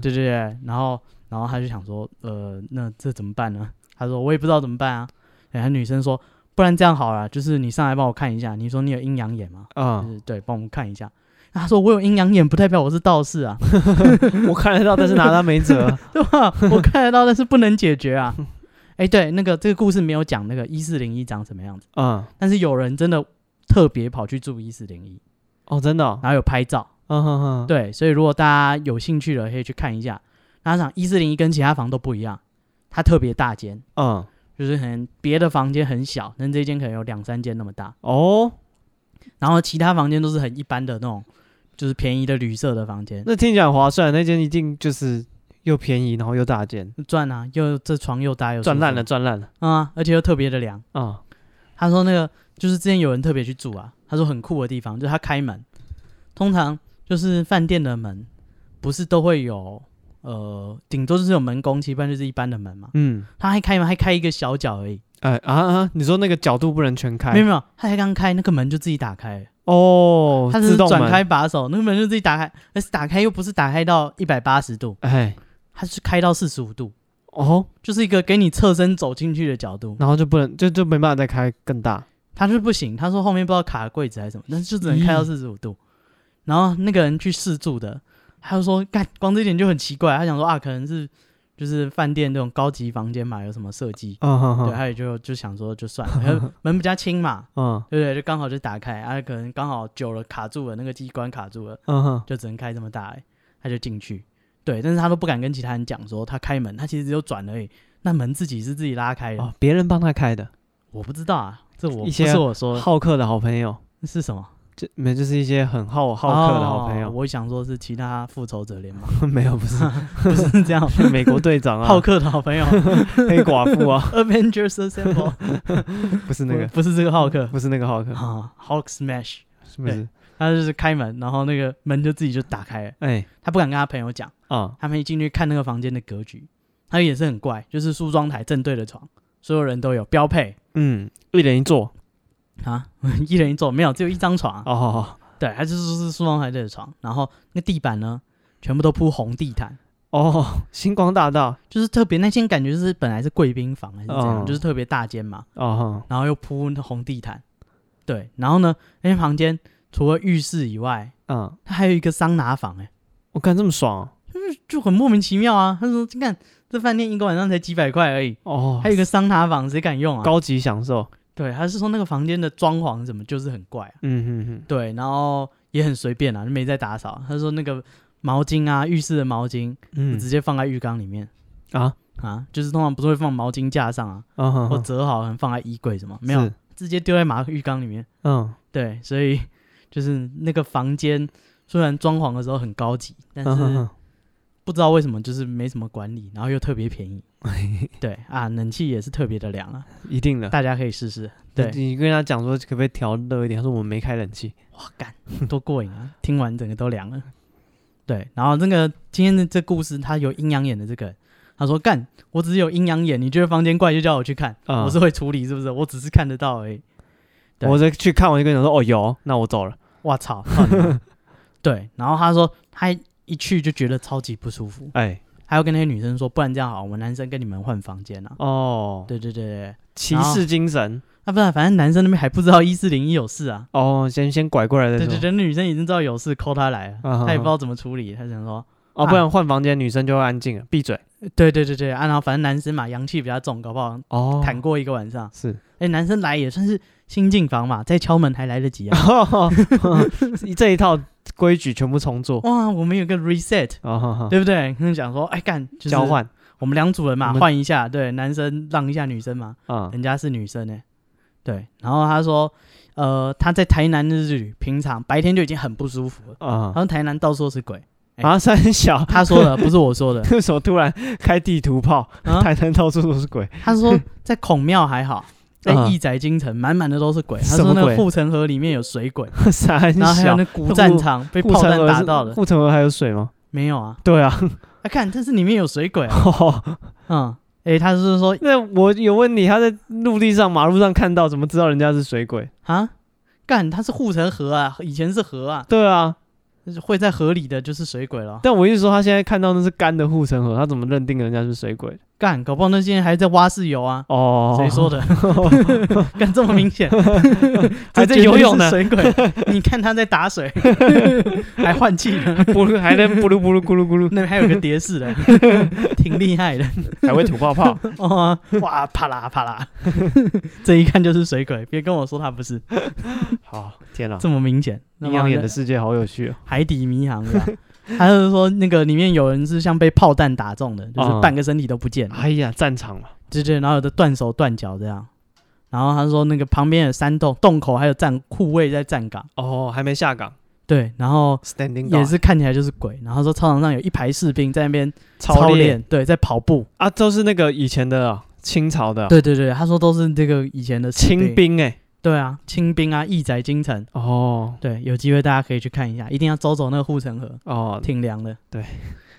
Speaker 2: 对对对，然后然后他就想说，呃，那这怎么办呢？他说我也不知道怎么办啊。然后女生说，不然这样好了，就是你上来帮我看一下，你说你有阴阳眼吗？就
Speaker 1: 嗯，
Speaker 2: 是对，帮我们看一下。他说我有阴阳眼，不代表我是道士啊， [laughs]
Speaker 1: [laughs] 我看得到，但是拿他没辙。啊
Speaker 2: 对吧？我看得到，但是不能解决啊。哎，对，那个这个故事没有讲那个一四零一长什么样子，
Speaker 1: [laughs] 嗯，
Speaker 2: 但是有人真的特别跑去住一四零一，
Speaker 1: 哦，真的哦，
Speaker 2: 然后有拍照。
Speaker 1: 嗯哼哼，
Speaker 2: 对，所以如果大家有兴趣的，可以去看一下。那场一四零一跟其他房都不一样，它特别大间，
Speaker 1: 嗯，
Speaker 2: 就是可能别的房间很小，但这间可能有两三间那么大，
Speaker 1: 哦，
Speaker 2: 然后其他房间都是很一般的那种，就是便宜的旅社的房间，
Speaker 1: 那听起来很划算，那间一定就是又便宜，然后又大件，
Speaker 2: 赚啊，又这床又大又舒服
Speaker 1: 赚烂了，赚烂了
Speaker 2: 嗯啊，而且又特别的凉。
Speaker 1: 啊！
Speaker 2: 他说那个就是之前有人特别去住啊，他说很酷的地方就是他开门，通常就是饭店的门不是都会有呃，顶多就是有门公其不然就是一般的门嘛。
Speaker 1: 嗯，
Speaker 2: 他还开门，还开一个小角而已，
Speaker 1: 哎啊啊，你说那个角度不能全开
Speaker 2: 没有没有，他才刚开，那个门就自己打开了。
Speaker 1: 哦，
Speaker 2: 他只
Speaker 1: 自
Speaker 2: 是
Speaker 1: 动
Speaker 2: 转开
Speaker 1: 门，
Speaker 2: 把手，那个门就自己打开，而是打开又不是打开到一百八十度，
Speaker 1: 哎，
Speaker 2: 它是开到四十五度，
Speaker 1: 哦，
Speaker 2: 就是一个给你侧身走进去的角度。
Speaker 1: 然后就不能，就就没办法再开更大，
Speaker 2: 他就是不行，他说后面不知道卡了柜子还是什么，但是就只能开到四十五度。然后那个人去试住的，他就说干，光这一点就很奇怪。他想说啊，可能是就是饭店那种高级房间嘛，有什么设计，
Speaker 1: 嗯哼
Speaker 2: 对，
Speaker 1: 哼，
Speaker 2: 还有就就想说就算了，因 [laughs] 为门比较轻嘛，
Speaker 1: 嗯
Speaker 2: 对不对？就刚好就打开，啊，可能刚好久了卡住了，那个机关卡住了，
Speaker 1: 嗯哼，
Speaker 2: 就只能开这么大、欸，他就进去，对，但是他都不敢跟其他人讲说他开门，他其实只有转而已，那门自己是自己拉开的，
Speaker 1: 哦，别人帮他开的，
Speaker 2: 我不知道啊，这我
Speaker 1: 一
Speaker 2: 不
Speaker 1: 些
Speaker 2: 是我说的
Speaker 1: 好客的好朋友，
Speaker 2: 是什么
Speaker 1: 这没就是一些很好好客的好朋
Speaker 2: 哦
Speaker 1: 友，
Speaker 2: 我想说是其他复仇者联盟，
Speaker 1: [laughs] 没有不 [laughs] 是
Speaker 2: 不是这样，
Speaker 1: 美国队长啊，
Speaker 2: [laughs] 好客的
Speaker 1: [laughs]
Speaker 2: 好朋友
Speaker 1: 黑寡妇 [laughs] 啊，
Speaker 2: ，Avengers Assemble，
Speaker 1: [laughs] 不 [laughs] 是那个，
Speaker 2: 不是这个浩克
Speaker 1: 不是那个好客，
Speaker 2: 啊，Hulk Smash，
Speaker 1: 是不是？
Speaker 2: 他就是开门，然后那个门就自己就打开了，
Speaker 1: 哎
Speaker 2: 他不敢跟他朋友讲。
Speaker 1: 啊
Speaker 2: 他们一进去看那个房间的格局，他也是很怪，就是梳妆台正对着床，所有人都有标配
Speaker 1: 嗯，一人一座，
Speaker 2: 啊， [laughs] 一人一座，没有，只有一张床啊、
Speaker 1: 哦好好
Speaker 2: 对，他就是是梳妆台对着床，然后那地板呢，全部都铺红地毯，
Speaker 1: 哦，星光大道
Speaker 2: 就是特别那间感觉就是本来是贵宾房还是怎样，
Speaker 1: 嗯
Speaker 2: 就是特别大间嘛，
Speaker 1: 哦，
Speaker 2: 然后又铺那红地毯，对，然后呢，那间房间除了浴室以外，
Speaker 1: 哼嗯，
Speaker 2: 它还有一个桑拿房、欸，哎，
Speaker 1: 我看这么爽哦
Speaker 2: 就很莫名其妙啊。他说：“你看这饭店一个晚上才几百块而已，
Speaker 1: 哦，
Speaker 2: 还有一个桑拿房，谁敢用啊？
Speaker 1: 高级享受，
Speaker 2: 对，他是说那个房间的装潢什么就是很怪啊，
Speaker 1: 嗯哼
Speaker 2: 对，然后也很随便啊，就没在打扫。他说那个毛巾啊，浴室的毛巾
Speaker 1: 哼，嗯
Speaker 2: 直接放在浴缸里面
Speaker 1: 啊
Speaker 2: 啊，就是通常不是会放毛巾架上啊，
Speaker 1: 啊哈
Speaker 2: 或
Speaker 1: 哈，
Speaker 2: 折好很放在衣柜什么，没有
Speaker 1: 是，
Speaker 2: 直接丢在马浴缸里面。
Speaker 1: 嗯
Speaker 2: 对，所以 [laughs] 就是那个房间虽然装潢的时候很高级，但
Speaker 1: 嗯哼
Speaker 2: 是
Speaker 1: 哼，
Speaker 2: 不知道为什么就是没什么管理，然后又特别
Speaker 1: [laughs]
Speaker 2: 便宜。对啊，冷气也是特别的凉啊，
Speaker 1: 一定的。
Speaker 2: 大家可以试试。对，
Speaker 1: 你你跟他讲说可不可以调热一点，他说我们没开冷气。
Speaker 2: 哇，干，多过瘾啊！听完整个都凉了。对，然后那个今天的这故事，他有阴阳眼的这个人，他说干，我只有阴阳眼，你觉得房间怪就叫我去看，
Speaker 1: 啊
Speaker 2: 我是会处理是不是？我只是看得到而已。对
Speaker 1: 我再去看，我就跟你讲说哦有，那我走了。
Speaker 2: 哇操！操
Speaker 1: [laughs]
Speaker 2: 你妈对，然后他说他一去就觉得超级不舒服，
Speaker 1: 哎
Speaker 2: 还要跟那些女生说，不然这样好，我们男生跟你们换房间啊。
Speaker 1: 哦，
Speaker 2: 对对对对，
Speaker 1: 骑
Speaker 2: 然后
Speaker 1: 士精神
Speaker 2: 啊不然反正男生那边还不知道一四零一有事啊。
Speaker 1: 哦，先先拐过来再
Speaker 2: 对
Speaker 1: 说。
Speaker 2: 对对，那女生已经知道有事，扣他来了，
Speaker 1: 啊哈
Speaker 2: 他也不知
Speaker 1: 哈
Speaker 2: 道怎么处理，他想说
Speaker 1: 哦，
Speaker 2: 啊
Speaker 1: 不然换房间女生就会安静了，闭嘴。
Speaker 2: 对对对对啊，然后反正男生嘛，阳气比较重，搞不好
Speaker 1: 哦
Speaker 2: 躺过一个晚上。
Speaker 1: 是， [laughs]
Speaker 2: 哎、男生来也算是新进房嘛，再敲门还来得及
Speaker 1: [laughs] 哦
Speaker 2: 啊。
Speaker 1: 这一套规矩全部重做。
Speaker 2: 哇，我们有个 reset，
Speaker 1: 哦， [laughs] 哈哈
Speaker 2: 对不对？跟你讲说，哎干，就是
Speaker 1: 交，换
Speaker 2: 我们两组人
Speaker 1: 我
Speaker 2: 嘛，
Speaker 1: 们
Speaker 2: 换一下，对，男生让一下女生嘛，
Speaker 1: 啊
Speaker 2: 人家是女生呢、对。然后他说，呃，他在台南日旅，平常白天就已经很不舒服了，
Speaker 1: 啊
Speaker 2: 他说台南到处都是鬼，哎
Speaker 1: 啊！三小，
Speaker 2: 他说的不是我说的，
Speaker 1: [laughs] 为什么突然开地图炮？
Speaker 2: 啊
Speaker 1: 台南到处都是鬼。 [laughs]
Speaker 2: 他说在孔庙还好。在
Speaker 1: 啊
Speaker 2: 义载京城，满满的都是鬼。他
Speaker 1: 什么
Speaker 2: 说那
Speaker 1: 鬼
Speaker 2: 个护城河里面有水鬼，
Speaker 1: 三
Speaker 2: [laughs] 然后还有
Speaker 1: 小，
Speaker 2: 那古战场被
Speaker 1: 护
Speaker 2: 炮
Speaker 1: 城
Speaker 2: 弹
Speaker 1: 河
Speaker 2: 打
Speaker 1: 是
Speaker 2: 到的，
Speaker 1: 护城河还有水吗？
Speaker 2: 没有啊？
Speaker 1: 对啊，
Speaker 2: 啊，看，但是里面有水鬼啊， [laughs] 嗯，诶，他是说
Speaker 1: [laughs] 那我有问你，他在陆地上、马路上看到，怎么知道人家是水鬼？
Speaker 2: 啊，干，他是护城河啊，以前是河啊，
Speaker 1: 对啊，
Speaker 2: 就是会在河里的就是水鬼了。
Speaker 1: 但我一直说他现在看到那是干的护城河，他怎么认定人家是水鬼？
Speaker 2: 干，搞不好那些人还在挖室友啊，
Speaker 1: 哦，
Speaker 2: 谁说？的？ [laughs]
Speaker 1: [laughs]
Speaker 2: 干这么明 [laughs] 显，
Speaker 1: 还在游泳呢
Speaker 2: 这绝对是水鬼，你看他在打 [laughs] 水，还换气呢，
Speaker 1: 咕噜还在咕噜咕噜咕噜咕噜，
Speaker 2: 那边还有个蝶式的，挺厉害的。
Speaker 1: 还会吐泡泡。
Speaker 2: [laughs] 哦，哇，啪啦啪 [laughs] 啦，这一看就是水鬼，别跟我说他不是，
Speaker 1: [laughs] 好，天哪！
Speaker 2: 这么明显。那
Speaker 1: 阴阳眼的
Speaker 2: 《
Speaker 1: 世界好有趣哦。
Speaker 2: 海底迷航》是吧？ [laughs] 他就是说那个里面有人是像被炮弹打中的，就是
Speaker 1: 嗯
Speaker 2: 半个身体都不见了，
Speaker 1: 哎呀，战场嘛，
Speaker 2: 对对，然后有的断手断脚这样。然后他说那个旁边有山洞洞口还有站护卫在站岗，
Speaker 1: 哦，还没下岗
Speaker 2: 对，然后
Speaker 1: ，standing
Speaker 2: 也是看起来就是鬼。然后他说操场上有一排士兵在那边
Speaker 1: 操
Speaker 2: 练，对，在跑步。
Speaker 1: 啊，都是那个以前的哦清朝的哦
Speaker 2: 对对对，他说都是这个以前的士
Speaker 1: 清，兵哎。
Speaker 2: 对啊，清兵啊，义载京城。
Speaker 1: 哦
Speaker 2: 对，有机会大家可以去看一下，一定要走走那个护城河，
Speaker 1: 哦，
Speaker 2: 挺凉的。
Speaker 1: 对，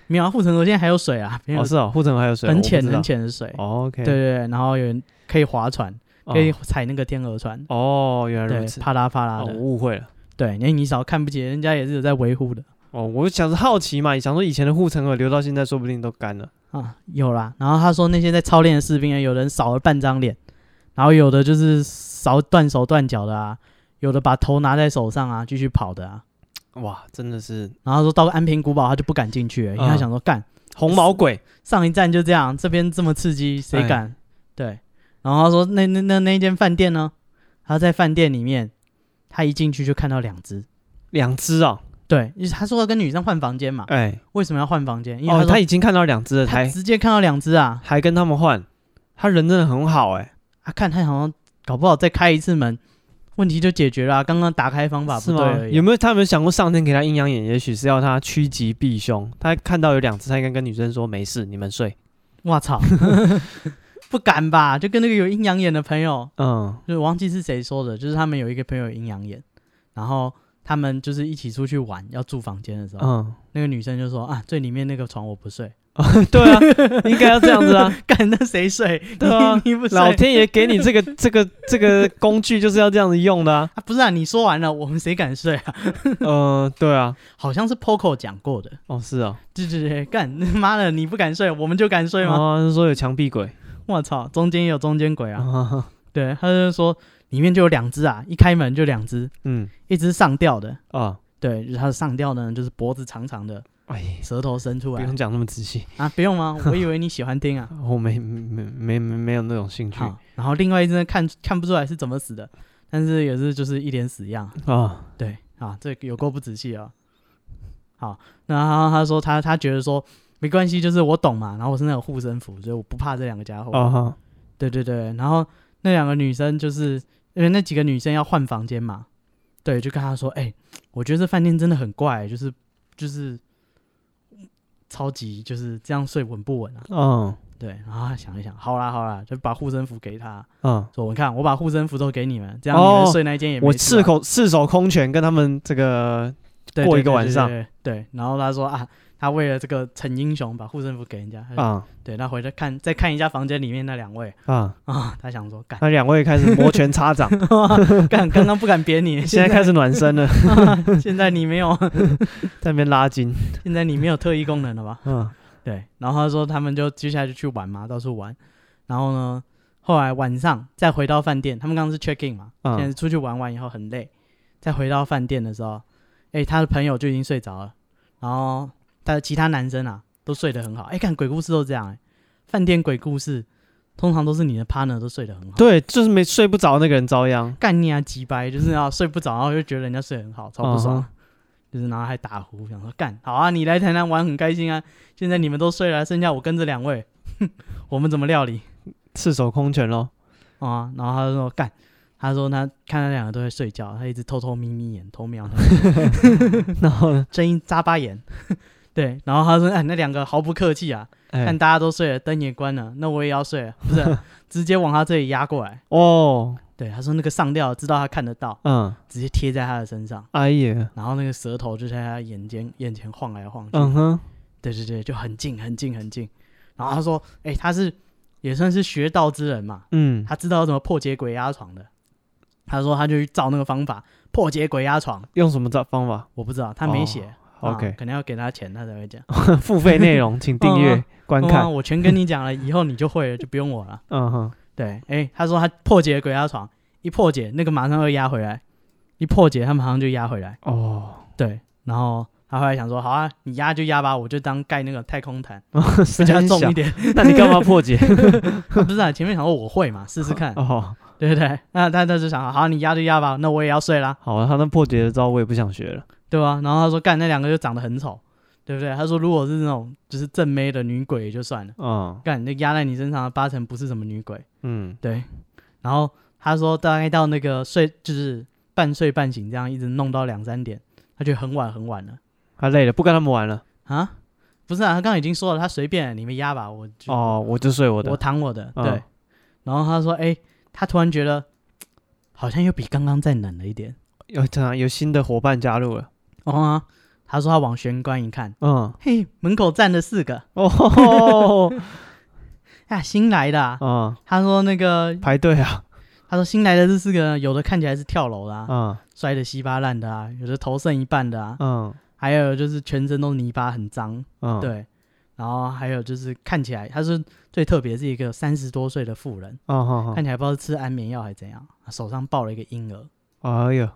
Speaker 2: 没有、啊、护城河现在还有水啊，没有、
Speaker 1: 哦是哦，护城河还有水，
Speaker 2: 很
Speaker 1: 我不
Speaker 2: 浅
Speaker 1: 知道
Speaker 2: 很。浅的水。
Speaker 1: 哦 OK，
Speaker 2: 对对对，然后有人可以划船，可以
Speaker 1: 哦
Speaker 2: 踩那个天鹅船，
Speaker 1: 哦，原来
Speaker 2: 对
Speaker 1: 如，此。
Speaker 2: 啪啦啪啦
Speaker 1: 哦，我
Speaker 2: 的。
Speaker 1: 误会了。
Speaker 2: 对，因为你少看不起，人家也是有在维护的
Speaker 1: 哦，我想是好奇嘛，想说以前的护城河留到现在，说不定都干了。
Speaker 2: 啊，有啦。然后他说那些在操练的士兵，啊有人少了半张脸，然后有的就是少断手断脚的啊，有的把头拿在手上啊，继续跑的啊。
Speaker 1: 哇，真的是
Speaker 2: 然后他说到安平古堡，他就不敢进去了，因为他
Speaker 1: 嗯
Speaker 2: 想说干，
Speaker 1: 红毛鬼，
Speaker 2: 上一站就这样，这边这么刺激，谁
Speaker 1: 哎
Speaker 2: 敢？对。然后他说，那那那那间饭店呢？他在饭店里面，他一进去就看到两只。
Speaker 1: 两只哦，
Speaker 2: 对，因为他说要跟女生换房间嘛，
Speaker 1: 哎，
Speaker 2: 为什么要换房啊间？因为
Speaker 1: 哦，他
Speaker 2: 他说
Speaker 1: 已经看到两只了，
Speaker 2: 他
Speaker 1: 还
Speaker 2: 直接看到两只啊，
Speaker 1: 还跟他们换，他人真的很好哎，
Speaker 2: 啊，看他好像搞不好再开一次门，问题就解决了啊、刚刚打开方法
Speaker 1: 是
Speaker 2: 不对
Speaker 1: 吗？
Speaker 2: 而已啊
Speaker 1: 有没有他有没有想过上天给他阴阳眼，也许是要他趋吉避凶？他看到有两只，他应该跟女生说没事，你们睡。
Speaker 2: 我操， [laughs] 不敢吧？就跟那个有阴阳眼的朋友，
Speaker 1: 嗯，
Speaker 2: 就是忘记是谁说的，就是他们有一个朋友有阴阳眼，然后他们就是一起出去玩，要住房间的时候，
Speaker 1: 嗯，
Speaker 2: 那个女生就说啊，最里面那个床我不睡， [laughs]
Speaker 1: 对啊，应该要这样子啊。
Speaker 2: 干那谁睡？
Speaker 1: 对啊
Speaker 2: 你 [laughs] 不睡？
Speaker 1: 老天爷给你这个 [laughs] 这个这个工具就是要这样子用
Speaker 2: [laughs]
Speaker 1: 的啊。
Speaker 2: 啊，不是啊，你说完了，我们谁敢睡啊？
Speaker 1: 嗯，对啊，
Speaker 2: 好像是 Poco 讲过的， [laughs]
Speaker 1: 哦是啊，
Speaker 2: 对对对，干妈的，你不敢睡，我们就敢睡吗？
Speaker 1: 哦，他说有墙壁鬼
Speaker 2: 我操，中间也有中间鬼啊！
Speaker 1: 啊，
Speaker 2: 对，他就说里面就有两只啊，一开门就两只，
Speaker 1: [laughs] 嗯
Speaker 2: 一只上吊的，
Speaker 1: 啊，
Speaker 2: 对，就是它的上吊呢，就是脖子长长的，
Speaker 1: 哎，
Speaker 2: 舌头伸出
Speaker 1: 不
Speaker 2: 来
Speaker 1: 用讲那么仔细，
Speaker 2: 啊，不
Speaker 1: [laughs]
Speaker 2: 用吗？我以为你喜欢听啊。
Speaker 1: 我没没没没没有那种兴趣
Speaker 2: 好，然后另外一只呢看看不出来是怎么死的，但是也是就是一脸死样，
Speaker 1: 啊。
Speaker 2: 对啊，这有够不仔细啊。好，那他他说他他觉得说没关系，就是我懂嘛，然后我身上有护身符，所以我不怕这两个家伙。
Speaker 1: 哦哈，
Speaker 2: 对对对，然后那两个女生就是因为那几个女生要换房间嘛，对，就跟她说，哎、我觉得这饭店真的很怪，就是就是超级就是这样睡稳不稳啊？
Speaker 1: 嗯
Speaker 2: 对，然后她想一想，好啦好啦，就把护身符给她，
Speaker 1: 嗯，
Speaker 2: 说我看我把护身符都给你们，这样你
Speaker 1: 哦
Speaker 2: 们睡那间也没
Speaker 1: 我
Speaker 2: 事啊
Speaker 1: 赤口赤手空拳跟他们这个
Speaker 2: 对
Speaker 1: 过
Speaker 2: 对
Speaker 1: 一个
Speaker 2: 对
Speaker 1: 晚
Speaker 2: 对
Speaker 1: 上
Speaker 2: 对对对然后她说啊，她为了这个逞英雄，把护身符给人家，啊、
Speaker 1: 啊
Speaker 2: 对，她回来看再看一下房间里面那两位
Speaker 1: 啊，
Speaker 2: 啊，她想说干 [laughs]
Speaker 1: 那两位开始摩拳擦掌，
Speaker 2: 干，刚刚不敢扁你，
Speaker 1: 现在开始暖身了，
Speaker 2: 现在你没有，
Speaker 1: 在那边拉筋。
Speaker 2: 现在你没有特异功能了吧？
Speaker 1: 嗯
Speaker 2: 对。然后他说他们就接下来就去玩嘛，到处玩。然后呢，后来晚上再回到饭店，他们刚刚是 check in 嘛，
Speaker 1: 嗯
Speaker 2: 现在出去玩完以后很累，再回到饭店的时候，哎、他的朋友就已经睡着了，然后他的其他男生啊都睡得很好。哎、看鬼故事都这样、哎，饭店鬼故事通常都是你的 partner 都睡得很好。
Speaker 1: 对，就是没睡不着那个人遭殃。
Speaker 2: 干你啊，鸡掰！就是啊，睡不着，然后就觉得人家睡得很好，超不爽。
Speaker 1: 嗯哼
Speaker 2: 就是然后还打呼，想说干好啊，你来台南玩很开心啊，现在你们都睡了，剩下我跟这两位， [laughs] 哼，我们怎么料理
Speaker 1: 赤手空拳
Speaker 2: [laughs]
Speaker 1: 咯。
Speaker 2: 啊、然后他就说干，他说他看他两个都在睡觉，他一直偷偷眯眯眼，偷瞄他们，
Speaker 1: 然后呢？
Speaker 2: 睁一眨巴眼。对，然后他说：“哎，那两个毫不客气啊， [laughs] 看
Speaker 1: 哎，
Speaker 2: 大家都睡了，灯也关了，那我也要睡了， [laughs] 不是，直接往他这里压过来。
Speaker 1: 哦，”
Speaker 2: 对，他说那个上吊知道他看得到，
Speaker 1: 嗯，
Speaker 2: 直接贴在他的身上。
Speaker 1: 哎呀，
Speaker 2: 然后那个舌头就在他眼间眼前晃来晃去，
Speaker 1: 嗯哼，
Speaker 2: 对对对，就很近很近很近。然后他说，哎、他是也算是学道之人嘛，
Speaker 1: 嗯，
Speaker 2: 他知道怎么破解鬼压床的。他说他就去照那个方法破解鬼压床，
Speaker 1: 用什么招方法
Speaker 2: 我不知道他没
Speaker 1: 哦
Speaker 2: 写、啊
Speaker 1: ？OK， [laughs]
Speaker 2: 可能要给他钱他才会讲。
Speaker 1: 付费内容请订
Speaker 2: [laughs] 嗯
Speaker 1: 阅
Speaker 2: 啊
Speaker 1: 观
Speaker 2: 哦啊
Speaker 1: 看。
Speaker 2: 我全跟你讲了，以后你就会了，就不用我了。
Speaker 1: 嗯哼，
Speaker 2: 对，哎、他说他破解鬼压床，一破解那个马上又压回来，一破解他马上就压回来。
Speaker 1: [laughs] 哦，
Speaker 2: 对，然后他后来想说，好啊，你压就压吧，我就当盖那个太空毯，
Speaker 1: 比
Speaker 2: 比较重
Speaker 1: [laughs]
Speaker 2: 一点。
Speaker 1: 那你干嘛破解？
Speaker 2: 啊不是啊，前面想说我会嘛，试试看，
Speaker 1: [laughs] 哦，
Speaker 2: 对不对？那他他就想，好，你压就压吧，那我也要睡啦，
Speaker 1: 好，啊他那破解的招我也不想学了。
Speaker 2: 对吧？然后他说，干那两个就长得很丑，对不对？他说，如果是那种就是正妹的女鬼也就算了，
Speaker 1: 嗯
Speaker 2: 干那压在你身上的八成不是什么女鬼，
Speaker 1: 嗯，
Speaker 2: 对。然后他说，大概到那个睡就是半睡半醒这样，一直弄到两三点，他觉得很晚很晚了
Speaker 1: 他累了，不跟他们玩了。
Speaker 2: 啊。不是啊，他刚刚已经说了，他随便啊你们压吧，我就
Speaker 1: 哦，我就睡我的。
Speaker 2: 我躺我的，
Speaker 1: 嗯
Speaker 2: 对。然后他说，哎、他突然觉得好像又比刚刚再冷了一点。
Speaker 1: 有这样有新的伙伴加入了。
Speaker 2: 哦、啊，他说他往玄关一看，
Speaker 1: 嗯，
Speaker 2: 嘿，门口站了四个
Speaker 1: 哦吼 [laughs] 吼，
Speaker 2: 啊，新来的、啊。
Speaker 1: 嗯，
Speaker 2: 他说那个，
Speaker 1: 排队啊，
Speaker 2: 他说新来的这四个，有的看起来是跳楼的、啊，
Speaker 1: 嗯
Speaker 2: 摔得稀巴烂的啊，有的头剩一半的啊，
Speaker 1: 嗯
Speaker 2: 还有就是全身都泥巴，很脏，
Speaker 1: 嗯，，
Speaker 2: 对。然后还有就是看起来，他是最特别是一个三十多岁的妇人，
Speaker 1: 嗯哼
Speaker 2: 看起来不知道是吃安眠药还是怎样，手上抱了一个婴儿，
Speaker 1: 哼，哎呦，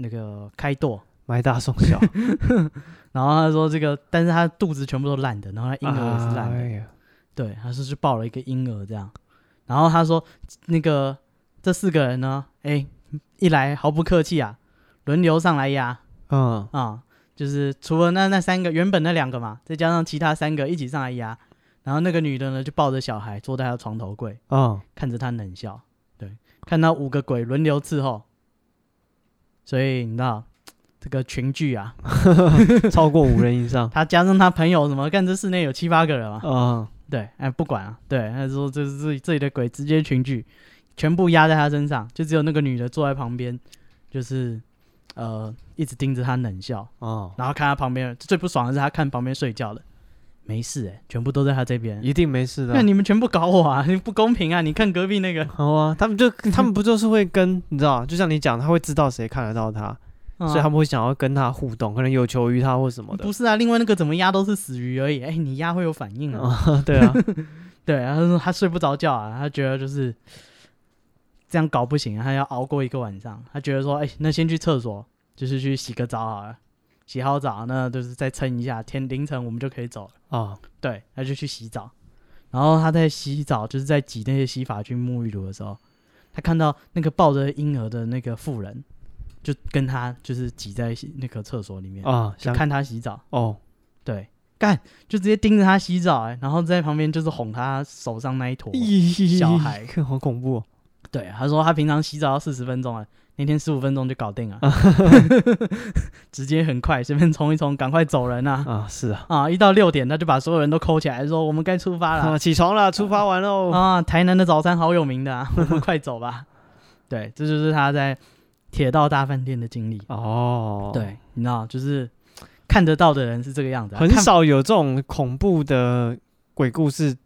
Speaker 2: 那个开舵，
Speaker 1: 买大送 [laughs] 小，
Speaker 2: 然后他说这个，但是他肚子全部都烂的，然后他婴儿也是烂的，
Speaker 1: 哎呀
Speaker 2: 对，他说是抱了一个婴儿这样。然后他说那个这四个人呢，哎，一来毫不客气啊，轮流上来压
Speaker 1: 嗯，
Speaker 2: 啊、就是除了那那三个原本那两个嘛，再加上其他三个一起上来压，然后那个女的呢就抱着小孩坐在他的床头柜，
Speaker 1: 嗯，
Speaker 2: 看着他冷笑，对，看到五个鬼轮流伺候，所以你知道这个群聚啊，，
Speaker 1: 超过五人以上
Speaker 2: 他加上他朋友什么，干这室内有七八个人嘛，
Speaker 1: [laughs] 嗯，
Speaker 2: 对，哎，不管啊，对，他说这是这里这里的鬼直接群聚，全部压在他身上，就只有那个女的坐在旁边，就是呃一直盯着他冷笑，
Speaker 1: 哦，
Speaker 2: 然后看他旁边最不爽的是他看旁边睡觉的，没事哎、全部都在他这边，
Speaker 1: 一定没事的
Speaker 2: 那。你们全部搞我啊，你 [laughs] 不公平啊！你看隔壁那个，
Speaker 1: 好啊，他们 [laughs] 就他们不就是会跟你知道，就像你讲，他会知道谁看得到他，
Speaker 2: 嗯啊
Speaker 1: 所以他们会想要跟他互动，可能有求于他或什么的
Speaker 2: 不。是啊，另外那个怎么压都是死鱼而已，哎、你压会有反应啊。
Speaker 1: 啊， [laughs] 对啊，
Speaker 2: 对，然后他说他睡不着觉啊，他觉得就是这样搞不行啊，他要熬过一个晚上。他觉得说，哎、那先去厕所，就是去洗个澡好了，洗好澡，那就是再撑一下，天凌晨我们就可以走了。
Speaker 1: 啊，
Speaker 2: 对，他就去洗澡，然后他在洗澡，就是在挤那些洗发精、沐浴乳的时候，他看到那个抱着婴儿的那个妇人，就跟他就是挤在洗那个厕所里面，
Speaker 1: 啊，
Speaker 2: 就
Speaker 1: 想
Speaker 2: 看他洗澡。
Speaker 1: 哦，
Speaker 2: 对，干就直接盯着他洗澡、哎，然后在旁边就是哄他手上那一坨。 [laughs] 小孩 [laughs]
Speaker 1: 好恐怖哦
Speaker 2: 对，他说他平常洗澡要四十分钟啊，那天十五分钟就搞定了，直接很快，随便冲一冲，赶快走人啊！
Speaker 1: [laughs] 啊，是啊，
Speaker 2: 啊，一到六点他就把所有人都扣起来，说我们该出发了
Speaker 1: 啊，起床了，出发完喽，
Speaker 2: 啊！台南的早餐好有名
Speaker 1: [laughs]
Speaker 2: 的、啊，我们快走吧。对，这就是他在铁道大饭店的经历。
Speaker 1: 哦，，
Speaker 2: 对，你知道，就是看得到的人是这个样子啊、
Speaker 1: 很
Speaker 2: 看
Speaker 1: 少有这种恐怖的鬼故事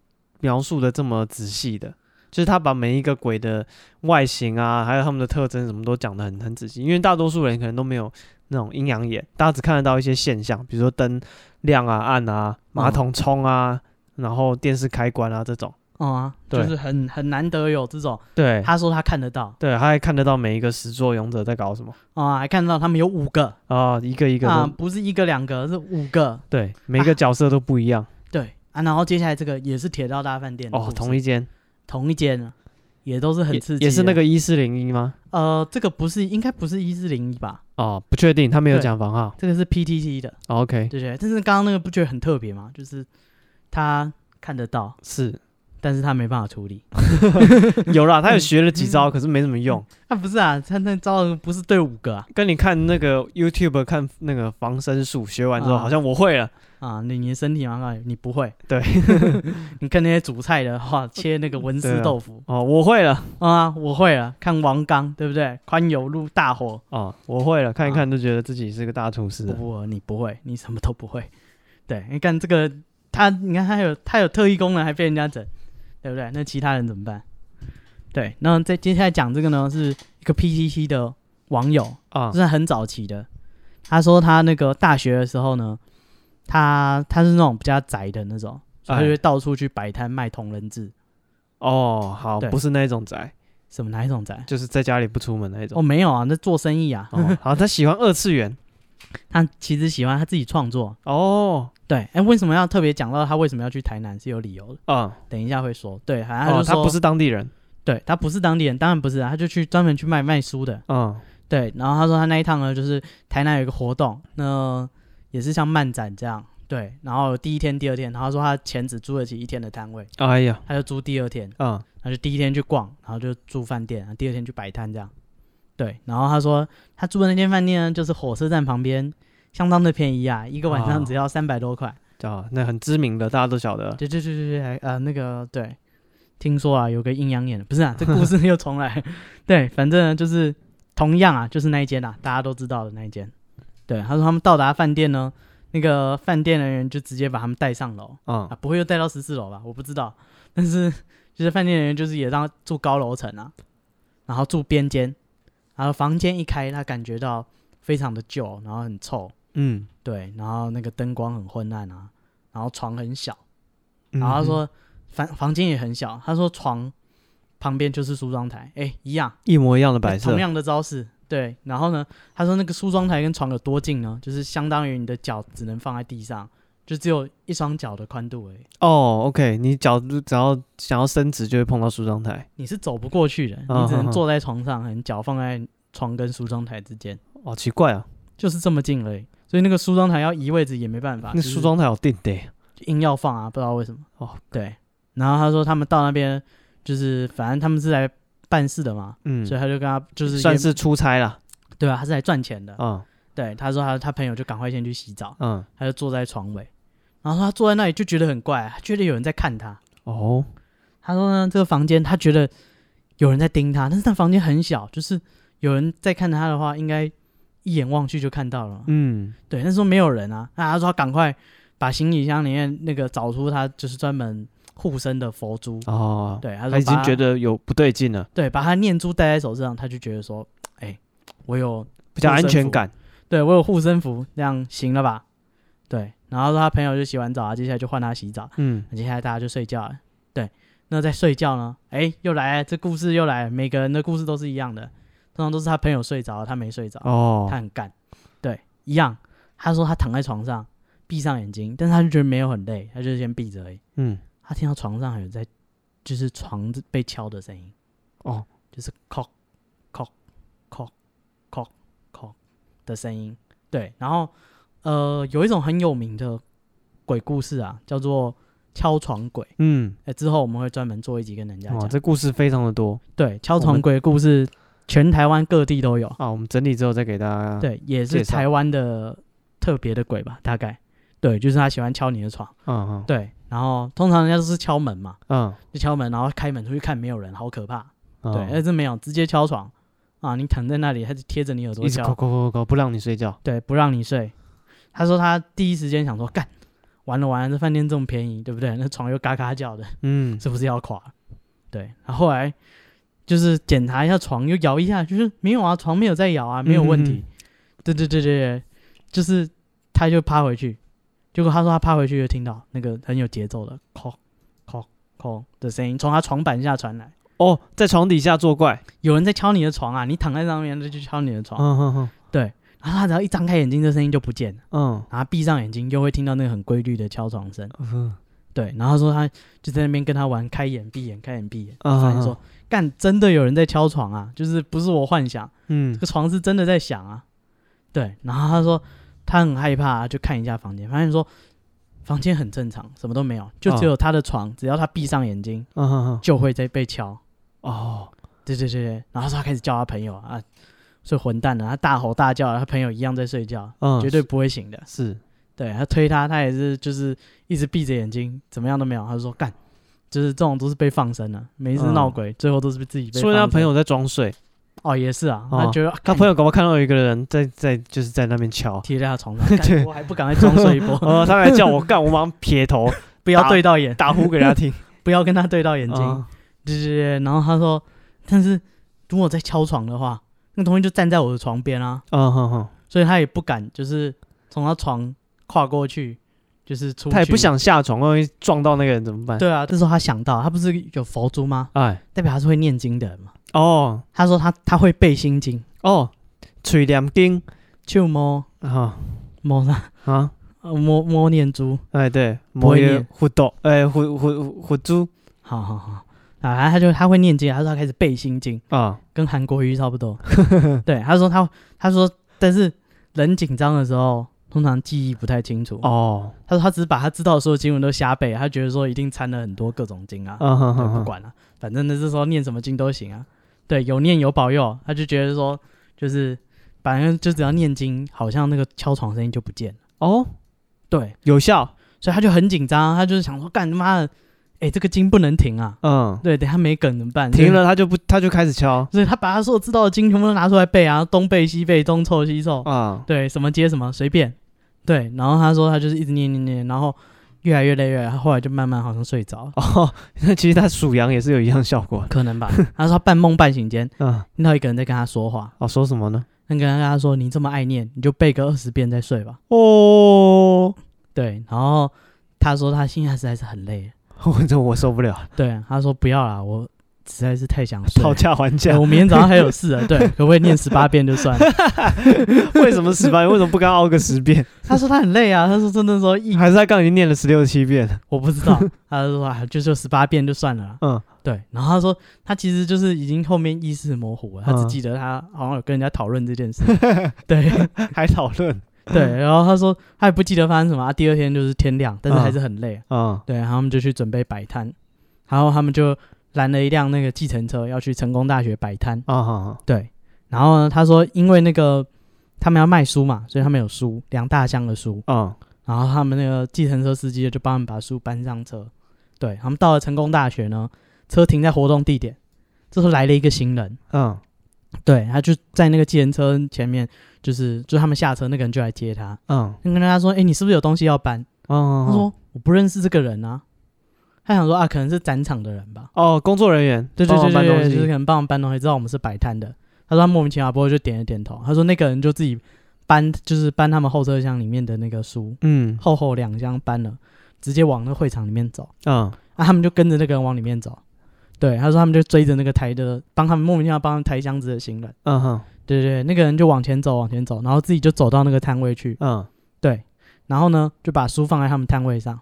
Speaker 1: 描述的这么仔细的，就是他把每一个鬼的外形啊，还有他们的特征什么都讲得很很仔细，因为大多数人可能都没有那种阴阳眼，大家只看得到一些现象，比如说灯亮啊、暗啊、马
Speaker 2: 嗯
Speaker 1: 桶冲啊，然后电视开关啊这种。
Speaker 2: 哦啊，就
Speaker 1: 对
Speaker 2: 是很很难得有这种。
Speaker 1: 对，
Speaker 2: 他说他看得到
Speaker 1: 对，他还看得到每一个始作俑者在搞什么
Speaker 2: 啊，还看得到他们有五个
Speaker 1: 啊，一个一个都、
Speaker 2: 啊，不是一个两个，是五个。
Speaker 1: 对，每一个角色都不一样。
Speaker 2: 对啊，然后接下来这个也是铁道大饭店的故
Speaker 1: 哦
Speaker 2: 事，
Speaker 1: 同一间，
Speaker 2: 同一间啊，也都是很
Speaker 1: 也
Speaker 2: 刺激啊
Speaker 1: 也是
Speaker 2: 的
Speaker 1: 那个一四零一吗？
Speaker 2: 呃，这个不是应该不是一四零一吧？
Speaker 1: 哦，不确定，他没有
Speaker 2: 对
Speaker 1: 讲房号。
Speaker 2: 这个是 PTT 的，
Speaker 1: 哦 OK，
Speaker 2: 对不对？但是刚刚那个不觉得很特别吗？就是他看得到，
Speaker 1: 是
Speaker 2: 但是他没办法处理。
Speaker 1: 有啦，他有学了几
Speaker 2: [laughs]
Speaker 1: 招，可是没什么用。
Speaker 2: 啊，不是啊，他那招不是对五个啊
Speaker 1: 跟你看那个 YouTube 看那个防身术，学完之后
Speaker 2: 啊
Speaker 1: 好像我会了。
Speaker 2: 啊！你你的身体嘛，你不会。
Speaker 1: 对，
Speaker 2: [laughs] 你看那些煮菜的话，切那个文
Speaker 1: 对
Speaker 2: 思
Speaker 1: 啊
Speaker 2: 豆腐
Speaker 1: 哦，我会了。
Speaker 2: 啊我会了。看王刚，对不对？宽油路大火，
Speaker 1: 哦，我会了，看
Speaker 2: 啊
Speaker 1: 一看就觉得自己是个大厨师
Speaker 2: 不
Speaker 1: 了。
Speaker 2: 不，你不会，你什么都不会。对，你看这个他，你看他有他有特异功能，还被人家整，对不对？那其他人怎么办？对，那在接下来讲这个呢，是一个 PTT 的网友，
Speaker 1: 啊
Speaker 2: 这是很早期的。他说他那个大学的时候呢，他他是那种比较宅的那种，所以他就
Speaker 1: 哎
Speaker 2: 会到处去摆摊卖同人志，
Speaker 1: 哦，好，
Speaker 2: 对
Speaker 1: 不是那种宅，
Speaker 2: 什么哪一种宅？
Speaker 1: 就是在家里不出门那
Speaker 2: 哦，
Speaker 1: 种。
Speaker 2: 没有啊，那做生意啊，
Speaker 1: 哦，好，他喜欢二次元。
Speaker 2: 他其实喜欢他自己创作。
Speaker 1: 哦，
Speaker 2: 对，哎、为什么要特别讲到他为什么要去台南是有理由的？ [laughs]
Speaker 1: 嗯，
Speaker 2: 等一下会说，对，反啊正他
Speaker 1: 哦，
Speaker 2: 就
Speaker 1: 他
Speaker 2: 说、
Speaker 1: 不是当地人。
Speaker 2: 对他不是当地人，当然不是、啊，他就去专门去卖卖书的，
Speaker 1: 嗯，
Speaker 2: 对。然后他说他那一趟呢，就是台南有一个活动，那也是像漫展这样，对。然后第一天、第二天，然后他说他钱只租得起一天的摊位，
Speaker 1: 哎呀，
Speaker 2: 他就租第二天，
Speaker 1: 嗯，
Speaker 2: 他就第一天去逛，然后就住饭店，然后第二天去摆摊这样，对。然后他说他住的那间饭店呢，就是火车站旁边。相当的便宜啊，一个晚上
Speaker 1: 哦
Speaker 2: 只要三百多块。
Speaker 1: 啊，那很知名的，大家都晓得。
Speaker 2: 对对对对对，还呃那个对，听说啊有个阴阳眼的，不是啊，这故事又重来。对，反正呢就是同样啊，就是那一间啊，大家都知道的那一间。对，他说他们到达饭店呢，那个饭店人员就直接把他们带上楼
Speaker 1: 嗯
Speaker 2: 啊，不会又带到十四楼吧？我不知道，但是就是饭店人员就是也让他住高楼层啊，然后住边间，然后房间一开，他感觉到非常的旧，然后很臭，
Speaker 1: 嗯，
Speaker 2: 对，然后那个灯光很昏暗啊，然后床很小。
Speaker 1: 嗯
Speaker 2: 然后他说房房间也很小，他说床旁边就是梳妆台，哎，一样
Speaker 1: 一模一样的摆设
Speaker 2: 同。样的招式，对，然后呢，他说那个梳妆台跟床有多近呢？就是相当于你的脚只能放在地上，就只有一双脚的宽度而已，
Speaker 1: 哦，OK，你脚只要想要伸直就会碰到梳妆台，
Speaker 2: 你是走不过去的，
Speaker 1: 哦
Speaker 2: 你只
Speaker 1: 哦
Speaker 2: 能
Speaker 1: 哦
Speaker 2: 坐在床上，你脚放在床跟梳妆台之间，
Speaker 1: 哦，奇怪啊，
Speaker 2: 就是这么近而已。所以那个梳妆台要移位置也没办
Speaker 1: 那
Speaker 2: 法，啊就是
Speaker 1: 梳妆台有定的耶，
Speaker 2: 硬要放啊，不知道为什么。
Speaker 1: 哦，
Speaker 2: 对，然后他说他们到那边就是反正他们是来办事的嘛，
Speaker 1: 嗯，
Speaker 2: 所以他就跟他就是
Speaker 1: 算
Speaker 2: 也
Speaker 1: 是出差啦，
Speaker 2: 对啊，他是来赚钱的。
Speaker 1: 嗯
Speaker 2: 对，他说他他朋友就赶快先去洗澡，
Speaker 1: 嗯，
Speaker 2: 他就坐在床尾，然后他坐在那里就觉得很怪、啊，觉得有人在看他。
Speaker 1: 哦，
Speaker 2: 他说啊呢，这个房间他觉得有人在盯他，但是他房间很小，就是有人在看他的话，应该一眼望去就看到了嘛。
Speaker 1: 嗯，
Speaker 2: 对，那时候没有人啊，那他说他赶快把行李箱里面那个找出他就是专门护身的佛珠。
Speaker 1: 哦，
Speaker 2: 对，他说
Speaker 1: 他已经
Speaker 2: 把
Speaker 1: 觉得有不对劲了，
Speaker 2: 对，把他念珠戴在手上，他就觉得说，哎、我有，
Speaker 1: 比较
Speaker 2: 护
Speaker 1: 安
Speaker 2: 身
Speaker 1: 全
Speaker 2: 符
Speaker 1: 感，
Speaker 2: 对我有护身符，这样行了吧？对，然后他朋友就洗完澡啊，接下来就换他洗澡，
Speaker 1: 嗯，
Speaker 2: 那接下来大家就睡觉了。对，那在睡觉呢，哎、又来了，这故事又来了，每个人的故事都是一样的，通常都是他朋友睡着，他没睡着，
Speaker 1: 哦
Speaker 2: 他，很干，对，一样。他说他躺在床上，闭上眼睛，但是他就觉得没有很累，他就先闭着而已。
Speaker 1: 嗯，
Speaker 2: 他听到床上有在，就是床被敲的声音。
Speaker 1: 哦，
Speaker 2: 就是 cock cock cock cock cock 的声音。对，然后呃，有一种很有名的鬼故事啊，叫做敲床鬼。
Speaker 1: 嗯，
Speaker 2: 哎、之后我们会专门做一集跟人家
Speaker 1: 哇，
Speaker 2: 讲。
Speaker 1: 哦这故事非常的多
Speaker 2: 对，敲床鬼故事全台湾各地都有。
Speaker 1: 啊，我们整理之后再给大家，，
Speaker 2: 对，也
Speaker 1: 介
Speaker 2: 是
Speaker 1: 绍
Speaker 2: 台湾的特别的鬼吧，大概。对，就是他喜欢敲你的床。
Speaker 1: 嗯嗯
Speaker 2: 对，然后通常人家都是敲门嘛，
Speaker 1: 嗯
Speaker 2: 就敲门，然后开门出去看没有人，好可怕。
Speaker 1: 嗯，
Speaker 2: 对，但是没有直接敲床啊，你躺在那里，他就贴着你耳朵
Speaker 1: 一直
Speaker 2: 敲
Speaker 1: 扣，扣扣扣不让你睡觉，
Speaker 2: 对，不让你睡。他说他第一时间想说，干，完了完了，这饭店这么便宜，对不对？那床又嘎嘎叫的，
Speaker 1: 嗯，
Speaker 2: 是不是要垮？对，然后后来就是检查一下床，又摇一下，就是没有啊，床没有在摇
Speaker 1: 嗯
Speaker 2: 啊，没有问题。对对对对对，就是他就趴回去，结果他说他趴回去就听到那个很有节奏的“哐哐哐”的声音从他床板下传来。
Speaker 1: 哦，在床底下作怪，
Speaker 2: 有人在敲你的床啊！你躺在上面，就去敲你的
Speaker 1: 嗯
Speaker 2: 床。
Speaker 1: 嗯嗯
Speaker 2: 然后他只要一张开眼睛，这声音就不见了。
Speaker 1: 嗯
Speaker 2: 然后闭上眼睛，又会听到那个很规律的敲床声。
Speaker 1: 嗯，
Speaker 2: 对，然后他说他就在那边跟他玩开眼闭眼开眼闭眼，
Speaker 1: 啊
Speaker 2: 发现说干真的有人在敲床啊，就是不是我幻想，
Speaker 1: 嗯
Speaker 2: 这个床是真的在响啊。对，然后他说他很害怕、就看一下房间，发现说房间很正常，什么都没有，就
Speaker 1: 啊
Speaker 2: 只有他的床，只要他闭上眼睛
Speaker 1: 嗯嗯嗯，
Speaker 2: 就会在被敲。
Speaker 1: 哦，
Speaker 2: 对对对对，然后他开始叫他朋友啊，所以混蛋了，他大吼大叫，他朋友一样在睡觉，
Speaker 1: 嗯，
Speaker 2: 绝对不会醒的。
Speaker 1: 是，
Speaker 2: 对他推他，他也是就是一直闭着眼睛，怎么样都没有。他就说干，就是这种都是被放生了，每一次
Speaker 1: 嗯
Speaker 2: 闹鬼、最后都是被自己被放
Speaker 1: 所
Speaker 2: 生。
Speaker 1: 以他朋友在装睡，
Speaker 2: 哦也是啊，
Speaker 1: 哦
Speaker 2: 他觉得、
Speaker 1: 他朋友搞不好看到有一个人在在就是在那边敲，
Speaker 2: 贴在他床
Speaker 1: [laughs]
Speaker 2: 上，干我还不赶快装睡一波，
Speaker 1: 哦，他来叫我干，我马上撇头
Speaker 2: [laughs] 不要
Speaker 1: 打
Speaker 2: 对到眼，
Speaker 1: 打呼给他听，
Speaker 2: 不要跟他对到眼睛。
Speaker 1: 啊
Speaker 2: 对对对，然后他说，但是如果在敲床的话，那个东西就站在我的床边啊，
Speaker 1: 嗯哼哼，
Speaker 2: 所以他也不敢就是从他床跨过去，就是出去。
Speaker 1: 他也不。想下床，万一撞到那个人怎么办？
Speaker 2: 对啊，这时候他想到，他不是有佛珠吗？
Speaker 1: 哎，
Speaker 2: 代表他是会念经的人嘛。
Speaker 1: 哦
Speaker 2: 他说他他会背心经，
Speaker 1: 哦，吹两根，
Speaker 2: 就摸
Speaker 1: 啊
Speaker 2: 摸啥
Speaker 1: 啊，
Speaker 2: 呃 [laughs] 摸摸念珠，
Speaker 1: 哎对，
Speaker 2: 不
Speaker 1: 摩
Speaker 2: 会
Speaker 1: 耶
Speaker 2: 念
Speaker 1: 虎斗，哎虎虎虎猪
Speaker 2: 好好好，啊，然后他就他会念经，他说他开始背心经，
Speaker 1: 啊，
Speaker 2: 跟韩国瑜差不多。 [laughs] 对，他说他他说，但是人紧张的时候，通常记忆不太清楚。
Speaker 1: 哦，
Speaker 2: 他说他只是把他知道的所有经文都瞎背，他觉得说一定掺了很多各种经啊，
Speaker 1: 嗯哼
Speaker 2: 对
Speaker 1: 哼
Speaker 2: 不
Speaker 1: 哼，
Speaker 2: 管了、反正那这时候念什么经都行啊。对，有念有保佑，他就觉得说就是反正就只要念经，好像那个敲床声音就不见了。
Speaker 1: 哦，
Speaker 2: 对，
Speaker 1: 有效，
Speaker 2: 所以他就很紧张，啊他就是想说，干他妈的，哎、这个经不能停啊，
Speaker 1: 嗯，
Speaker 2: 对，等下没梗怎么办？
Speaker 1: 停，了他就不他就开始敲
Speaker 2: 所以他把他所有知道的经全部都拿出来背啊，东背西背，东凑西凑，
Speaker 1: 啊，
Speaker 2: 对，什么接什么随便，对，然后他说他就是一直念念念，然后越来越累，越来越累，后来就慢慢好像睡着了，
Speaker 1: 哦， [laughs] 那其实他数羊也是有一样效果，
Speaker 2: 可能吧？他说他半梦半醒间
Speaker 1: 嗯，
Speaker 2: 听到一个人在跟他说话，
Speaker 1: 哦，说什么呢？
Speaker 2: 那个人跟他说：“你这么爱念，你就背个二十遍再睡吧。
Speaker 1: 哦，”
Speaker 2: 对，然后他说他现在实在是很累，
Speaker 1: [laughs] 我这我受不了，
Speaker 2: 对，他说不要啦，我实在是太想
Speaker 1: [laughs]
Speaker 2: 睡
Speaker 1: 讨
Speaker 2: 了。
Speaker 1: 价还价
Speaker 2: 对，我。明天早上还有事啊，对，可不可以念十八遍就
Speaker 1: [laughs]
Speaker 2: 算了？
Speaker 1: 为什么十八？为什么不刚熬个十
Speaker 2: [laughs]
Speaker 1: 遍？
Speaker 2: 他说他很累啊，他说真的说一
Speaker 1: 还是他刚刚已经念了十六七遍了？
Speaker 2: 我不知道，
Speaker 1: [laughs]
Speaker 2: 他就说啊，就就十八遍就算了啦。
Speaker 1: 嗯，
Speaker 2: 对，然后他说他其实就是已经后面意识模糊了，他只
Speaker 1: 嗯
Speaker 2: 记得他好像有跟人家讨论这件事，对
Speaker 1: 还讨论
Speaker 2: 对，然后他说他也不记得发生什么，啊、第二天就是天亮，但是还是很累，
Speaker 1: 啊？
Speaker 2: 对，然后他们就去准备摆摊，然后他们就拦了一辆那个计程车要去成功大学摆摊，
Speaker 1: 啊哈，
Speaker 2: 对，然后呢，他说因为那个他们要卖书嘛，所以他们有书两大箱的书，
Speaker 1: 嗯
Speaker 2: 然后他们那个计程车司机就帮他们把书搬上车。对他们到了成功大学呢，车停在活动地点，这时候来了一个行人，
Speaker 1: 嗯
Speaker 2: 对，他就在那个计程车前面，就是就是他们下车，那个人就来接他，
Speaker 1: 嗯
Speaker 2: 那个人跟他说：“哎、你是不是有东西要搬？”
Speaker 1: 嗯，
Speaker 2: 他说：“我不认识这个人啊。”他想说啊，可能是展场的人吧，
Speaker 1: 哦，工作人员
Speaker 2: 对对对
Speaker 1: 帮我
Speaker 2: 对
Speaker 1: 搬东
Speaker 2: 对，
Speaker 1: 西
Speaker 2: 就是可能帮我们搬东西，知道我们是摆摊的。他说他莫名其妙，不过就点了点头。他说那个人就自己搬，就是搬他们后车厢里面的那个书，
Speaker 1: 嗯
Speaker 2: 厚厚两箱搬了，直接往那会场里面走。
Speaker 1: 嗯
Speaker 2: 啊，他们就跟着那个人往里面走。对，他说他们就追着那个抬的，帮他们莫名其妙帮他们抬箱子的行人。
Speaker 1: 嗯哼
Speaker 2: 对对对，那个人就往前走，往前走，然后自己就走到那个摊位去。
Speaker 1: 嗯，
Speaker 2: 对，然后呢就把书放在他们摊位上，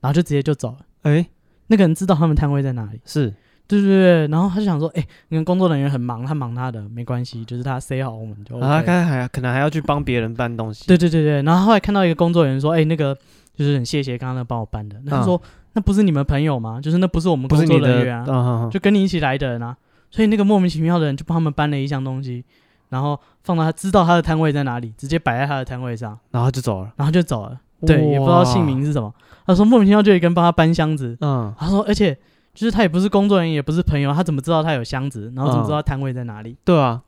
Speaker 2: 然后就直接就走了。
Speaker 1: 哎
Speaker 2: 那个人知道他们摊位在哪里。
Speaker 1: 是
Speaker 2: 对对对，然后他就想说，哎、那个工作人员很忙，他忙他的，没关系，就是他塞好我们就 OK
Speaker 1: 啊，刚才还可能还要去帮别人搬东西。
Speaker 2: 对对对对，然后后来看到一个工作人员说：“哎、那个就是很谢谢刚刚那个帮我搬的。”那他
Speaker 1: 嗯
Speaker 2: 说：“那不是你们朋友吗？就是那不是我们
Speaker 1: 不是
Speaker 2: 工
Speaker 1: 你
Speaker 2: 作
Speaker 1: 的
Speaker 2: 人员啊，
Speaker 1: 啊，
Speaker 2: 就跟你一起来的人啊。”所以那个莫名其妙的人就帮他们搬了一箱东西，然后放到他知道他的摊位在哪里，直接摆在他的摊位上，
Speaker 1: 然后就走了。
Speaker 2: 然后就走了。对，也不知道
Speaker 1: 哇
Speaker 2: 姓名。是什么。他说莫名其妙就有一个人帮他搬箱子，
Speaker 1: 嗯
Speaker 2: 他说而且就是他也不是工作人员，也不是朋友，他怎么知道他有箱子？然后怎
Speaker 1: 嗯
Speaker 2: 么知道摊位在哪里？
Speaker 1: 对啊，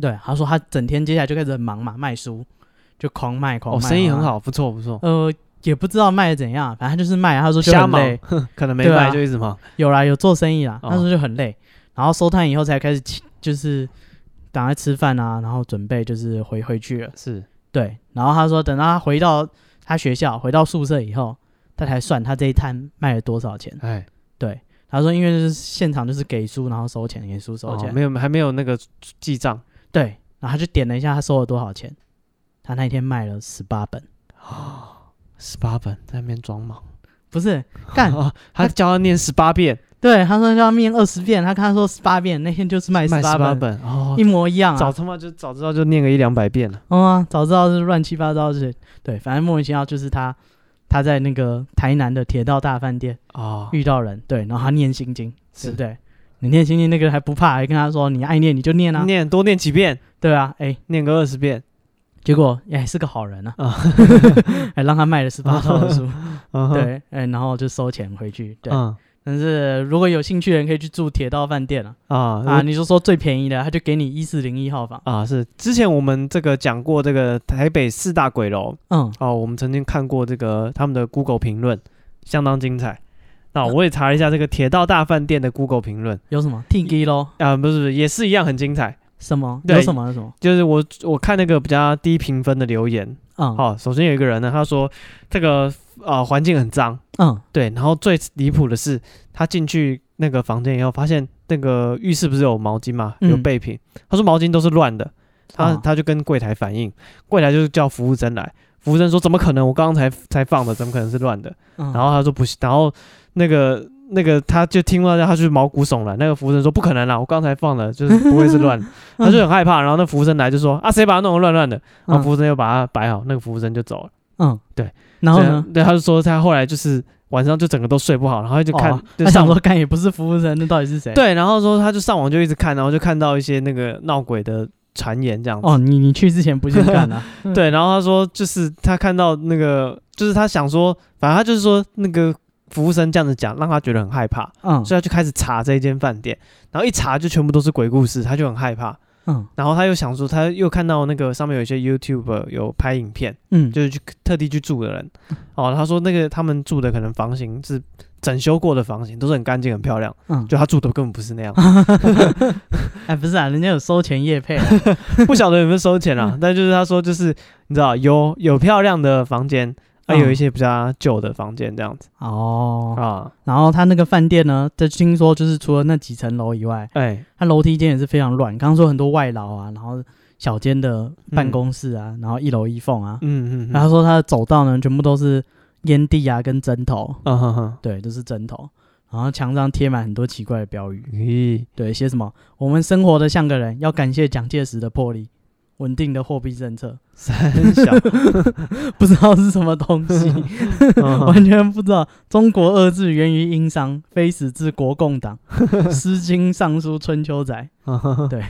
Speaker 2: 对，他说他整天接下来就开始很忙嘛，卖书。就狂卖狂
Speaker 1: 哦，
Speaker 2: 卖，
Speaker 1: 生意
Speaker 2: 狂
Speaker 1: 很
Speaker 2: 卖
Speaker 1: 好，不错不 [laughs] 错，
Speaker 2: 呃，也不知道卖的怎样，反正他就是卖啊。他说就
Speaker 1: 瞎
Speaker 2: 很
Speaker 1: 忙
Speaker 2: 累，
Speaker 1: 可能没
Speaker 2: 对啊
Speaker 1: 卖就一直忙。
Speaker 2: 有啦，有做生意啦。
Speaker 1: 哦
Speaker 2: 他说就很累，然后收摊以后才开始起就是赶快吃饭啊，然后准备就是回回去了。
Speaker 1: 是
Speaker 2: 对，然后他说等到他回到他学校，回到宿舍以后，他才算他这一摊卖了多少钱。
Speaker 1: 哎，
Speaker 2: 对，他说因为就是现场就是给书，然后收钱，给书收
Speaker 1: 哦
Speaker 2: 钱。
Speaker 1: 没有还没有那个记账，
Speaker 2: 对，然后他就点了一下他收了多少钱，他那一天卖了十八本，
Speaker 1: 十八本在那边装忙。
Speaker 2: 不是干
Speaker 1: 哦，他教他念十八遍，
Speaker 2: 对，他说要念二十遍，他跟他说十八遍，那天就是卖
Speaker 1: 卖
Speaker 2: 十
Speaker 1: 哎十八
Speaker 2: 本，
Speaker 1: 本哦
Speaker 2: 一。模一样
Speaker 1: 早
Speaker 2: 啊。
Speaker 1: 他妈就早知道就念个一两百遍了。
Speaker 2: 嗯啊，早知道是乱七八糟的事。对，反正莫名其妙就是他，他在那个台南的铁道大饭店
Speaker 1: 哦，
Speaker 2: 遇到人，对，然后他念心经，对
Speaker 1: 是
Speaker 2: 不对？你念心经那个还不怕，还跟他说你爱念你就念啊，
Speaker 1: 念多念几遍，
Speaker 2: 对啊，哎，
Speaker 1: 念个二十遍。
Speaker 2: 结果哎是个好人啊，
Speaker 1: 啊
Speaker 2: [laughs] 哎让他卖了十八套的书，
Speaker 1: 嗯哼，
Speaker 2: 对，哎然后就收钱回去，对。
Speaker 1: 嗯
Speaker 2: 但是如果有兴趣的人可以去住铁道饭店了
Speaker 1: 啊
Speaker 2: 啊，
Speaker 1: 啊
Speaker 2: 你就说最便宜的，他就给你一四零一号房。
Speaker 1: 啊！是之前我们这个讲过这个台北四大鬼楼
Speaker 2: 嗯，
Speaker 1: 哦，我们曾经看过这个他们的 Google 评论，相当精彩。那我也查了一下这个铁道大饭店的 Google 评论
Speaker 2: 有什么 T G 咯？
Speaker 1: 啊，不是不是也是一样很精彩。
Speaker 2: 什么？
Speaker 1: 对
Speaker 2: 有什么？有什么？
Speaker 1: 就是我我看那个比较低评分的留言，
Speaker 2: 嗯，，
Speaker 1: 好、首先有一个人呢，他说这个啊环境很脏，
Speaker 2: 嗯，
Speaker 1: 对，然后最离谱的是，他进去那个房间以后，发现那个浴室不是有毛巾嘛，有
Speaker 2: 嗯
Speaker 1: 备品，他说毛巾都是乱的，他、
Speaker 2: 哦
Speaker 1: 他就跟柜台反映，柜台就是叫服务生来，服务生说怎么可能，我刚刚才才放的，怎么可能是乱的？
Speaker 2: 然
Speaker 1: 然后他说不行，然后那个。那个他就听到，他就毛骨悚然。那个服务生说：“不可能啦，我刚才放了，就是不会是
Speaker 2: [laughs]
Speaker 1: 乱的。”
Speaker 2: 嗯
Speaker 1: 他就很害怕。然后那服务生来就说：“啊，谁把它弄得乱乱的？”然后服务生又把它摆好，那个服务生就走了。
Speaker 2: 嗯，
Speaker 1: 对。
Speaker 2: 然后
Speaker 1: 对
Speaker 2: 呢？
Speaker 1: 啊对，他就说他后来就是晚上就整个都睡不好，然后就看、
Speaker 2: 哦
Speaker 1: 就
Speaker 2: 他
Speaker 1: 上
Speaker 2: 想
Speaker 1: 网
Speaker 2: 说，干也不是服务生，那到底是谁？，
Speaker 1: 对，然后说他就上网就一直看，然后就看到一些那个闹鬼的传言这样子。
Speaker 2: 哦，你你去之前不去干啊？
Speaker 1: [laughs] 对，然后他说就是他看到那个，就是他想说，反正他就是说那个服务生这样子讲，让他觉得很害怕，
Speaker 2: 嗯
Speaker 1: 所以他就开始查这一间饭店，然后一查就全部都是鬼故事，他就很害怕。
Speaker 2: 嗯
Speaker 1: 然后他又想说，他又看到那个上面有一些 YouTube 有拍影片，
Speaker 2: 嗯，
Speaker 1: 就是去特地去住的人。哦，他说那个他们住的可能房型是整修过的房型，都是很干净、很漂亮。
Speaker 2: 嗯，
Speaker 1: 就他住的根本不是那样，
Speaker 2: [laughs] 哎，不是啊，人家有收钱业配啊， [laughs]
Speaker 1: 不晓得有没有收钱啊。但就是他说，就是你知道有有漂亮的房间还、
Speaker 2: 嗯
Speaker 1: 有一些比较旧的房间这样子
Speaker 2: 哦，
Speaker 1: 啊，
Speaker 2: 然后他那个饭店呢，这听说就是除了那几层楼以外，
Speaker 1: 哎、
Speaker 2: 它楼梯间也是非常乱。刚刚说很多外劳啊，然后小间的办公室啊，然后一楼一缝啊，
Speaker 1: 嗯嗯，
Speaker 2: 然后他说他的走道呢，全部都是烟蒂啊跟针头，
Speaker 1: 嗯哼哼，
Speaker 2: 对，都、是针头。然后墙上贴满很多奇怪的标语，
Speaker 1: 咦，
Speaker 2: 对，写什么“我们生活的像个人”，要感谢蒋介石的魄力，稳定的货币政策，
Speaker 1: 三小，
Speaker 2: [laughs]
Speaker 1: [laughs]
Speaker 2: 不知道是什么东西，
Speaker 1: 嗯
Speaker 2: 完全不知道。中国二字源于殷商，非始自国
Speaker 1: [laughs]
Speaker 2: 共党，《诗经》上书《春秋》载。
Speaker 1: 嗯哼哼
Speaker 2: 对，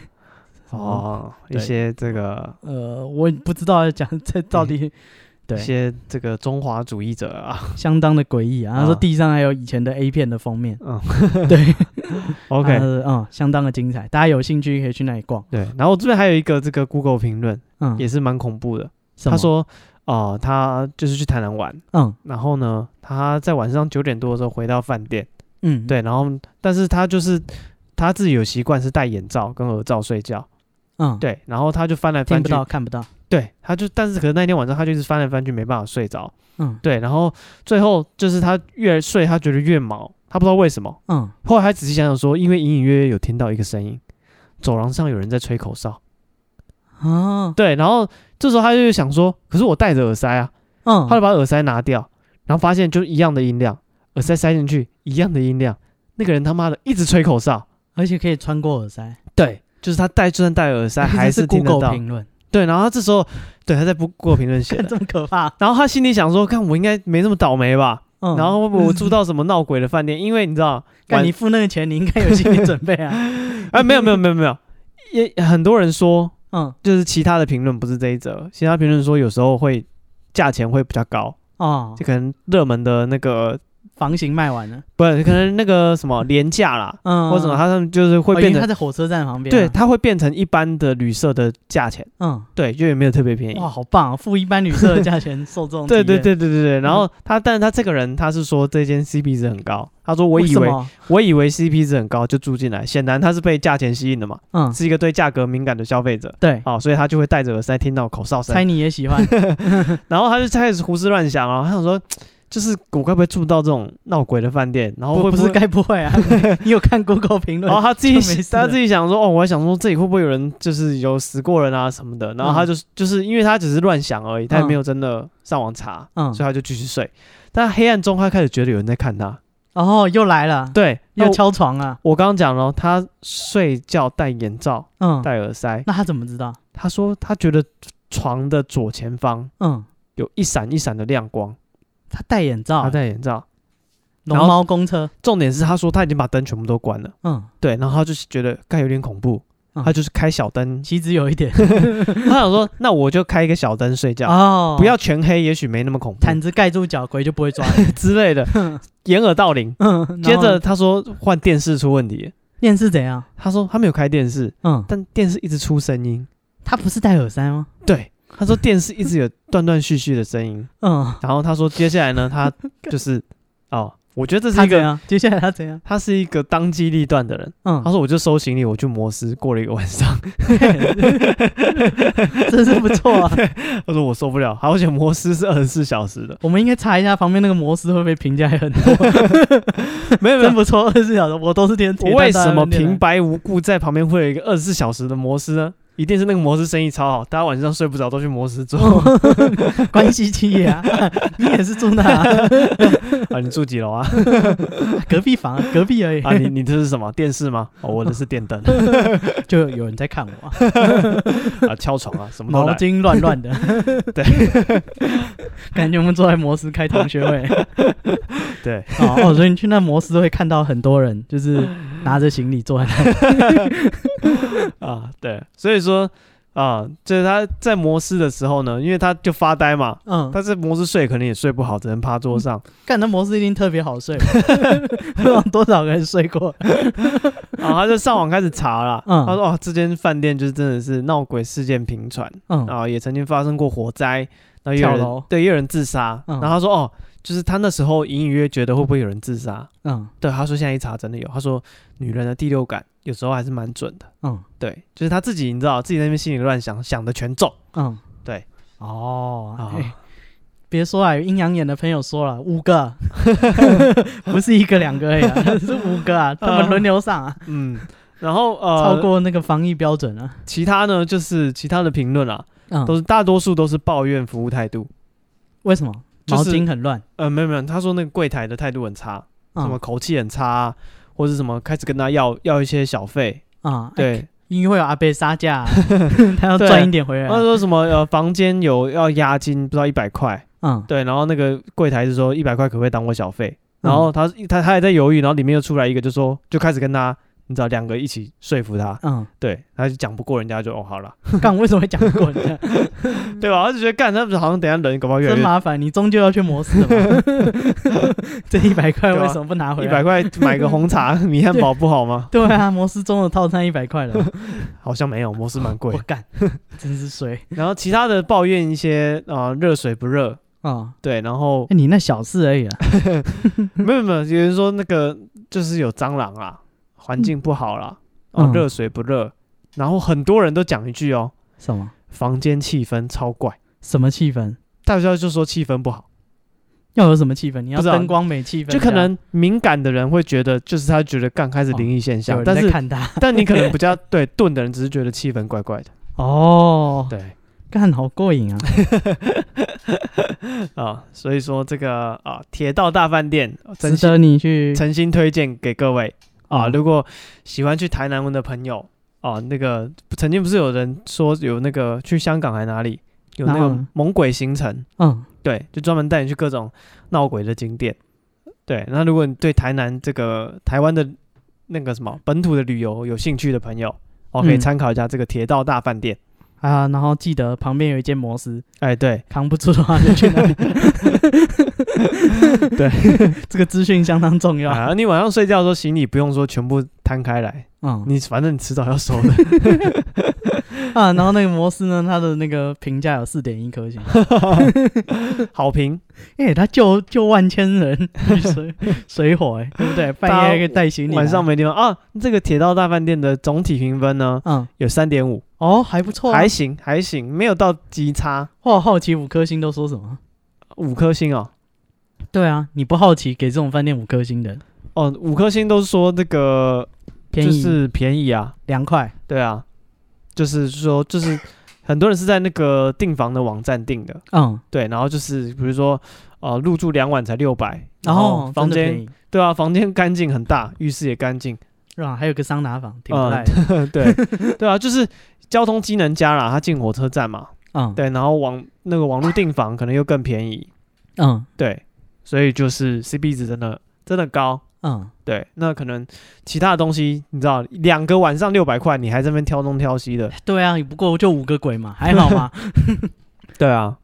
Speaker 1: 哦，一
Speaker 2: 对
Speaker 1: 些这个
Speaker 2: 呃，我也不知道要讲这到
Speaker 1: 嗯
Speaker 2: 底，
Speaker 1: 一
Speaker 2: 对，
Speaker 1: 些这个中华主义者
Speaker 2: [laughs]
Speaker 1: 啊
Speaker 2: 相当的诡异啊。他说
Speaker 1: 啊
Speaker 2: 地上还有以前的 A 片的封面，
Speaker 1: 嗯
Speaker 2: 对
Speaker 1: ，OK，、
Speaker 2: 他说嗯，相当的精彩，大家有兴趣可以去那里逛。
Speaker 1: 对，然后这边还有一个这个 Google 评论
Speaker 2: 嗯，
Speaker 1: 也是蛮恐怖的，他
Speaker 2: 什么，
Speaker 1: 说哦、呃他就是去台南玩，
Speaker 2: 嗯
Speaker 1: 然后呢，他在晚上九点多的时候回到饭店，
Speaker 2: 嗯，，
Speaker 1: 对，然后但是他就是他自己有习惯是戴眼罩跟耳罩睡觉，
Speaker 2: 嗯，，
Speaker 1: 对，然后他就翻来
Speaker 2: 听
Speaker 1: 翻
Speaker 2: 不
Speaker 1: 去，
Speaker 2: 到看不到，
Speaker 1: 对，他就但是可是那天晚上他就一直翻来翻去没办法睡着，
Speaker 2: 嗯
Speaker 1: 对，然后最后就是他越睡他觉得越毛，他不知道为什么，
Speaker 2: 嗯，
Speaker 1: 后来他仔细想想说，因为隐隐约约有听到一个声音，走廊上有人在吹口哨。
Speaker 2: 啊，
Speaker 1: 对，然后这时候他就想说，可是我戴着耳塞啊，
Speaker 2: 嗯，
Speaker 1: 他就把耳塞拿掉，然后发现就一样的音量，耳塞塞进去一样的音量，那个人他妈的一直吹口哨。
Speaker 2: 而且可以穿过耳塞，
Speaker 1: 对，就是他戴就算戴耳塞还
Speaker 2: 是
Speaker 1: 听得
Speaker 2: Google
Speaker 1: 到。
Speaker 2: 评论，
Speaker 1: 对，然后他这时候对他在不过评论写
Speaker 2: 看 [laughs]
Speaker 1: 的，
Speaker 2: 这么可怕，
Speaker 1: 然后他心里想说，看我应该没那么倒霉吧，
Speaker 2: 嗯，
Speaker 1: 然后会不会我住到什么闹鬼的饭店？因为你知道，
Speaker 2: 干
Speaker 1: 晚
Speaker 2: 你付那个钱，你应该有心理准备
Speaker 1: [laughs]
Speaker 2: 啊，
Speaker 1: 哎没有没有没有没有，也很多人说
Speaker 2: 嗯，
Speaker 1: 就是其他的评论不是这一则，其他评论说有时候会价钱会比较高，
Speaker 2: 哦
Speaker 1: 就，可能热门的那个
Speaker 2: 房型卖完了，
Speaker 1: 不可能那个什么廉价啦，
Speaker 2: 嗯，
Speaker 1: 或者他们就是会
Speaker 2: 哦
Speaker 1: 变
Speaker 2: 因为他
Speaker 1: 成
Speaker 2: 在火车站旁边啊，
Speaker 1: 对，它会变成一般的旅社的价钱，
Speaker 2: 嗯，
Speaker 1: 对，就也没有特别便宜
Speaker 2: 哇，。好棒、哦，付一般旅社的价钱受这种体
Speaker 1: 哎对
Speaker 2: 验，
Speaker 1: 对对对对对，然
Speaker 2: 嗯
Speaker 1: 后他，但是他这个人他是说这间 CP 值很高，他说我
Speaker 2: 为
Speaker 1: 以
Speaker 2: 什
Speaker 1: 为
Speaker 2: 么，
Speaker 1: 我以为 CP 值很高就住进来，显然他是被价钱吸引的嘛，
Speaker 2: 嗯，
Speaker 1: 是一个对价格敏感的消费者，
Speaker 2: 对，
Speaker 1: 好，所以他就会戴着耳塞听到口哨声
Speaker 2: 猜，你也喜欢，
Speaker 1: 然后他就开始胡思乱想啊，他想说，就是我该不会住到这种闹鬼的饭店？然后
Speaker 2: 不
Speaker 1: 会 [laughs]
Speaker 2: 不
Speaker 1: 不
Speaker 2: 是
Speaker 1: 会？
Speaker 2: 该不哦会 [laughs] 哦啊？你有看 Google 评
Speaker 1: [laughs] 然后
Speaker 2: 论？
Speaker 1: 他自己
Speaker 2: 就没事了
Speaker 1: 他自己想说，哦，我还想说这里会不会有人就是有死过人啊什么的。然
Speaker 2: 嗯
Speaker 1: 后他就是、就是因为他只是乱想而已，他也没有真的上网查，
Speaker 2: 嗯
Speaker 1: 所以他就继续睡。但黑暗中他开始觉得有人在看他，
Speaker 2: 哦，又来了，
Speaker 1: 对，那
Speaker 2: 又
Speaker 1: 我
Speaker 2: 敲床啊，
Speaker 1: 我刚刚讲了，哦他睡觉戴眼罩、
Speaker 2: 嗯，
Speaker 1: 戴耳塞，
Speaker 2: 那他怎么知道？
Speaker 1: 他说他觉得床的左前方
Speaker 2: 嗯，
Speaker 1: 有一闪一闪的亮光，
Speaker 2: 他戴眼
Speaker 1: 他
Speaker 2: 罩，
Speaker 1: 戴眼罩。
Speaker 2: 龙
Speaker 1: 然后
Speaker 2: 猫公车，
Speaker 1: 重点是他说他已经把灯全部都关了。
Speaker 2: 嗯，
Speaker 1: 对，然后他就是觉得盖有点恐怖，
Speaker 2: 嗯，
Speaker 1: 他就是开小灯
Speaker 2: [laughs] 岂止有一点
Speaker 1: 他想说 [laughs] 那我就开一个小灯睡觉，
Speaker 2: 哦，
Speaker 1: 不要全黑，也许没那么恐怖
Speaker 2: 毯子盖住脚，鬼就不会抓你。
Speaker 1: [laughs] 之类的，掩耳盗铃。
Speaker 2: 嗯，
Speaker 1: 接
Speaker 2: 然后
Speaker 1: 着他说换电视出问题，
Speaker 2: 电视怎样？
Speaker 1: 他说他没有开电视，
Speaker 2: 嗯，
Speaker 1: 但电视一直出声音。
Speaker 2: 他不是戴耳塞吗？
Speaker 1: 对，他说电视一直有断断续续的声音。
Speaker 2: 嗯，
Speaker 1: 然后他说接下来呢，
Speaker 2: [laughs]
Speaker 1: 他就是哦，我觉得这是
Speaker 2: 他
Speaker 1: 一
Speaker 2: 怎
Speaker 1: 个
Speaker 2: 样？接下来他怎样？
Speaker 1: 他是一个当机立断的人。
Speaker 2: 嗯
Speaker 1: 他，说我就收行李，我去摩斯过了一个晚上。
Speaker 2: [laughs] 真是不错啊。
Speaker 1: [laughs] 他说我受不了，好险摩斯是二十四小时的。
Speaker 2: [laughs] 我们应该查一下旁边那个摩斯会不会评价也很 [laughs] 多，
Speaker 1: 没有没有
Speaker 2: 真，不错，二十四小时我都是天铁。
Speaker 1: 为什么平
Speaker 2: 平？
Speaker 1: 白无故在旁边会有一个二十四小时的摩斯呢？一定是那个摩斯生意超好，大家晚上睡不着都去摩斯
Speaker 2: [laughs]
Speaker 1: 做
Speaker 2: 关系企业啊， [laughs] 你也是住那 [laughs] 啊、
Speaker 1: 啊。你住几楼啊？
Speaker 2: 隔壁房、啊，隔壁而已，
Speaker 1: 啊，你你这是什么电视吗？哦，我的是电灯
Speaker 2: 就有人在看我啊、
Speaker 1: 啊，敲床啊，什么都
Speaker 2: [laughs] 毛
Speaker 1: 来。
Speaker 2: 巾乱乱的。
Speaker 1: 对，
Speaker 2: 感觉我们坐在摩斯开同学会。 [laughs]
Speaker 1: 对，
Speaker 2: 哦哦，所以你去那摩斯会看到很多人，就是拿着行李坐在那。
Speaker 1: [laughs] 啊，对，所以说啊，就是他在摩斯的时候呢，因为他就发呆嘛，
Speaker 2: 嗯，
Speaker 1: 他在摩斯睡可能也睡不好，只能趴桌上。
Speaker 2: 干那摩斯一定特别好睡吧， [laughs] 不知道多少个人睡过。
Speaker 1: 啊，他就上网开始查了。
Speaker 2: 嗯
Speaker 1: 他说哦，这间饭店就是真的是闹鬼事件频传。
Speaker 2: 嗯，
Speaker 1: 啊，也曾经发生过火灾，然后也有
Speaker 2: 跳楼
Speaker 1: 人对，也有人自杀。
Speaker 2: 嗯
Speaker 1: 然后他说，哦，就是他那时候隐隐约约觉得会不会有人自杀？
Speaker 2: 嗯
Speaker 1: 对，他说现在一查真的有。他说女人的第六感有时候还是蛮准的。
Speaker 2: 嗯
Speaker 1: 对，就是他自己，
Speaker 2: [laughs]
Speaker 1: 你知道自己在那边心里乱想，想的全中。
Speaker 2: 嗯，
Speaker 1: 对，
Speaker 2: 哦，
Speaker 1: 啊
Speaker 2: 哎别说啊，有阴阳眼的朋友说了五 [laughs] 个，不是一个两个而已啊、 [laughs] 是五个啊，他们轮流上啊，
Speaker 1: 嗯，然后呃，
Speaker 2: 超过那个防疫标准啊。
Speaker 1: 其他呢，就是其他的评论啊，
Speaker 2: 嗯，
Speaker 1: 都是大多数都是抱怨服务态度。
Speaker 2: 为什么？
Speaker 1: 就
Speaker 2: 毛
Speaker 1: 是
Speaker 2: 巾很乱，
Speaker 1: 呃，没有没有，他说那个柜台的态度很差，
Speaker 2: 啊
Speaker 1: 什么口气很差、啊，或者什么开始跟他要要一些小费，
Speaker 2: 啊，哎，
Speaker 1: 对，
Speaker 2: 因为会有阿贝杀价啊、 [laughs] 他要
Speaker 1: 对
Speaker 2: 赚一点回来
Speaker 1: 他
Speaker 2: 啊。
Speaker 1: 说什么呃房间有要押金，不知道一百块，
Speaker 2: 嗯，
Speaker 1: 对，然后那个柜台是说一百块可不可以当我小费，然后他他他还在犹豫，然后里面又出来一个就说就开始跟他。你知道两个一起说服他，
Speaker 2: 嗯，
Speaker 1: 对，他就讲不过人家就哦好了，
Speaker 2: 干我为什么会讲过你呢？
Speaker 1: 对吧？他就觉得干，他好像等一下人搞不好越来
Speaker 2: 真
Speaker 1: 越
Speaker 2: 麻烦，你终究要去磨死
Speaker 1: [laughs]
Speaker 2: 的嘛。这一百块
Speaker 1: 对啊
Speaker 2: 为什么不拿回
Speaker 1: 一百？
Speaker 2: 来
Speaker 1: 块买个红茶米汉堡不好吗？
Speaker 2: 对啊，摩斯中的套餐一百块了，
Speaker 1: 好像没有，摩斯蛮贵
Speaker 2: 我。干，真是衰
Speaker 1: 然后其他的抱怨一些啊，呃热、水不热，
Speaker 2: 啊！
Speaker 1: 对，然后
Speaker 2: 哎你那小事而已啊， [laughs]
Speaker 1: 没有没有，有人说那个就是有蟑螂啦，环境不好啦，哦
Speaker 2: 嗯，
Speaker 1: 热、水不热，然后很多人都讲一句哦，
Speaker 2: 什么
Speaker 1: 房间气氛超怪，
Speaker 2: 什么气氛？
Speaker 1: 大家就说气氛不好，
Speaker 2: 要有什么气氛？你要
Speaker 1: 不知道
Speaker 2: 灯光美气氛，
Speaker 1: 就可能敏感的人会觉得，就是他觉得刚开始灵异现
Speaker 2: 这样
Speaker 1: 象，
Speaker 2: 哦有人
Speaker 1: 但
Speaker 2: 在
Speaker 1: 是
Speaker 2: 看他
Speaker 1: [laughs] 但你可能比
Speaker 2: [laughs]
Speaker 1: 较对钝的人只是觉得气氛怪怪的，
Speaker 2: 哦，
Speaker 1: 对
Speaker 2: 干好过瘾啊！
Speaker 1: 啊、所以说这个啊铁道大饭店哦真
Speaker 2: 值
Speaker 1: 心
Speaker 2: 得你去
Speaker 1: 诚心推荐给各位啊！
Speaker 2: 嗯
Speaker 1: 如果喜欢去台南玩的朋友啊，那个曾经不是有人说有那个去香港还哪里有那
Speaker 2: 然后
Speaker 1: 个
Speaker 2: 呢
Speaker 1: 猛鬼行程，
Speaker 2: 嗯
Speaker 1: 对，就专门带你去各种闹鬼的景点。对，那如果你对台南这个台湾的那个什么本土的旅游有兴趣的朋友，哦，可以
Speaker 2: 嗯
Speaker 1: 参考一下这个铁道大饭店。
Speaker 2: 啊，然后记得旁边有一间摩斯，
Speaker 1: 哎，对，
Speaker 2: 扛不住的话就去那里。
Speaker 1: [laughs] 对，
Speaker 2: [laughs] 这个资讯相当重要。
Speaker 1: 啊，你晚上睡觉的时候行李不用说全部摊开来，
Speaker 2: 嗯
Speaker 1: 你反正你迟早要收的。 [laughs]
Speaker 2: [laughs] 啊，然后那个摩斯呢，它的那个评价有四点一颗星，
Speaker 1: 好评，
Speaker 2: 哎，他救救万千人 [laughs] 于水水火，哎，对不对？半夜还可以带行李来，
Speaker 1: 晚上没地方啊。这个铁道大饭店的总体评分呢
Speaker 2: 嗯
Speaker 1: 有三点五，
Speaker 2: 哦还不错啊，
Speaker 1: 还行还行，没有到极差，
Speaker 2: 我好奇五颗星都说什么？
Speaker 1: 五颗星哦
Speaker 2: 对啊，你不好奇给这种饭店五颗星的
Speaker 1: 哦，五颗星都是说这个
Speaker 2: 便
Speaker 1: 就
Speaker 2: 宜
Speaker 1: 是便宜啊，
Speaker 2: 凉快
Speaker 1: 对啊，就是说就是很多人是在那个订房的网站订的，
Speaker 2: 嗯，
Speaker 1: 对，然后就是比如说呃入住两晚才六百，
Speaker 2: 然后
Speaker 1: 房间
Speaker 2: 是
Speaker 1: 对啊，房间干净很大，浴室也干净，
Speaker 2: 吧？还有个桑拿房，挺不
Speaker 1: 嗯
Speaker 2: 赖的，
Speaker 1: 对对啊，就是交通机能加啦，它进火车站嘛，
Speaker 2: 嗯
Speaker 1: 呃对，然后网那个网络订房可能又更便宜，
Speaker 2: [laughs] 嗯
Speaker 1: 对，所以就是 CP 值真的真的高。
Speaker 2: 嗯，
Speaker 1: 对，那可能其他的东西，你知道，两个晚上六百块，你还这边挑东挑西的。
Speaker 2: 对啊，不过就五个鬼嘛，还
Speaker 1: [laughs]
Speaker 2: 好嘛，
Speaker 1: 对啊，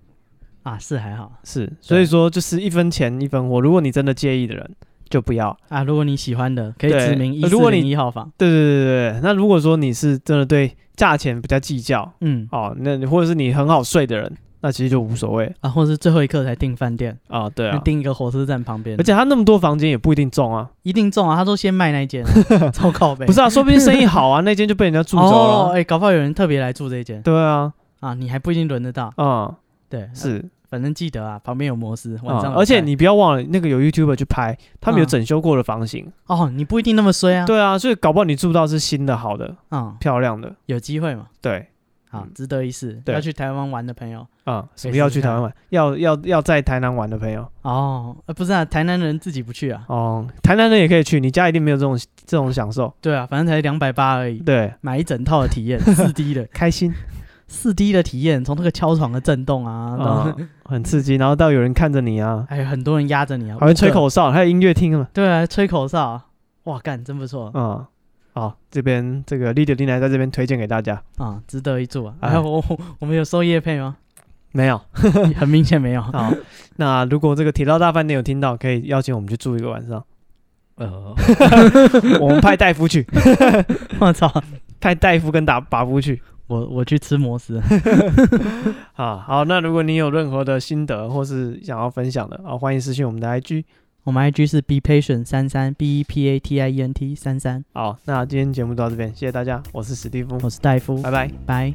Speaker 2: 啊是还好
Speaker 1: 是，所以说就是一分钱一分货。如果你真的介意的人，就不要。
Speaker 2: 啊。如果你喜欢的，可以
Speaker 1: 对
Speaker 2: 指明一
Speaker 1: 呃如
Speaker 2: 四
Speaker 1: 果你
Speaker 2: 零一号房，
Speaker 1: 对对对对对。那如果说你是真的对价钱比较计较
Speaker 2: 嗯
Speaker 1: 哦，那你或者是你很好睡的人，那其实就无所谓
Speaker 2: 啊，或者是最后一刻才订饭店，
Speaker 1: 啊。对
Speaker 2: 就
Speaker 1: 啊，
Speaker 2: 订一个火车站旁边，
Speaker 1: 而且他那么多房间也不一定中啊。
Speaker 2: 一定中啊，他都先卖那一间，
Speaker 1: [laughs]
Speaker 2: 超靠背，
Speaker 1: 不是啊，说不定生意好啊，那间就被人家住走
Speaker 2: 哦，
Speaker 1: 了。
Speaker 2: 哎，搞不好有人特别来住这一间
Speaker 1: 对啊，
Speaker 2: 啊，你还不一定轮得到，
Speaker 1: 嗯，
Speaker 2: 对，呃
Speaker 1: 是。
Speaker 2: 反正记得啊，旁边有摩斯，晚上
Speaker 1: 啊
Speaker 2: 有开、
Speaker 1: 而且你不要忘了，那个有 YouTuber 去拍，他们有
Speaker 2: 嗯
Speaker 1: 整修过的房型。
Speaker 2: 哦，你不一定那么衰啊，
Speaker 1: 对啊，所以搞不好你住到是新的、好的、
Speaker 2: 啊、
Speaker 1: 漂亮的。
Speaker 2: 有机会嘛，
Speaker 1: 对，
Speaker 2: 好，
Speaker 1: 嗯
Speaker 2: 值得一试。
Speaker 1: 对
Speaker 2: 要去台湾玩的朋友，
Speaker 1: 啊、什么
Speaker 2: 可以
Speaker 1: 要
Speaker 2: 试试
Speaker 1: 去台湾
Speaker 2: 看
Speaker 1: 玩，要要要在台南玩的朋友，
Speaker 2: 哦，呃，不是啊，台南人自己不去啊，
Speaker 1: 哦，台南人也可以去，你家一定没有这种这种享受。
Speaker 2: 对啊，反正才两百八而已，
Speaker 1: 对，
Speaker 2: 买一整套
Speaker 1: [laughs]
Speaker 2: 的体验，四 D 的，
Speaker 1: 开心，
Speaker 2: 四 D 的体验，从那个敲床的震动啊，然后、
Speaker 1: 啊、很刺激，然后到有人看着你啊，
Speaker 2: 还有很多人压着你啊，
Speaker 1: 还会吹
Speaker 2: 五个，
Speaker 1: 口哨，还有音乐厅嘛，
Speaker 2: 对啊，吹口哨啊，哇，干，真不错啊、
Speaker 1: 啊、好，这边这个 Leader 丽奶在这边推荐给大家，
Speaker 2: 值得一住啊。
Speaker 1: 哎
Speaker 2: 还有我 [laughs] 我们有收叶配吗？
Speaker 1: 没有。
Speaker 2: [laughs] 很明显没
Speaker 1: [laughs]
Speaker 2: 有。
Speaker 1: 好，那如果这个铁道大饭店有听到，可以邀请我们去住一个晚上，
Speaker 2: 呃，
Speaker 1: [laughs] 我们派大夫去，
Speaker 2: [laughs]
Speaker 1: [laughs]
Speaker 2: 我操，
Speaker 1: 派大夫跟打把夫去。
Speaker 2: 我我去吃摩 [laughs] 斯，
Speaker 1: 啊，好，那如果你有任何的心得或是想要分享的啊，欢迎私信我们的 IG。
Speaker 2: 我们 IG 是 be patient 三三 b e p a t i e n t 三三，
Speaker 1: 好，那今天节目到这边，谢谢大家，我是史蒂夫，
Speaker 2: 我是戴夫，
Speaker 1: 拜拜。
Speaker 2: 拜。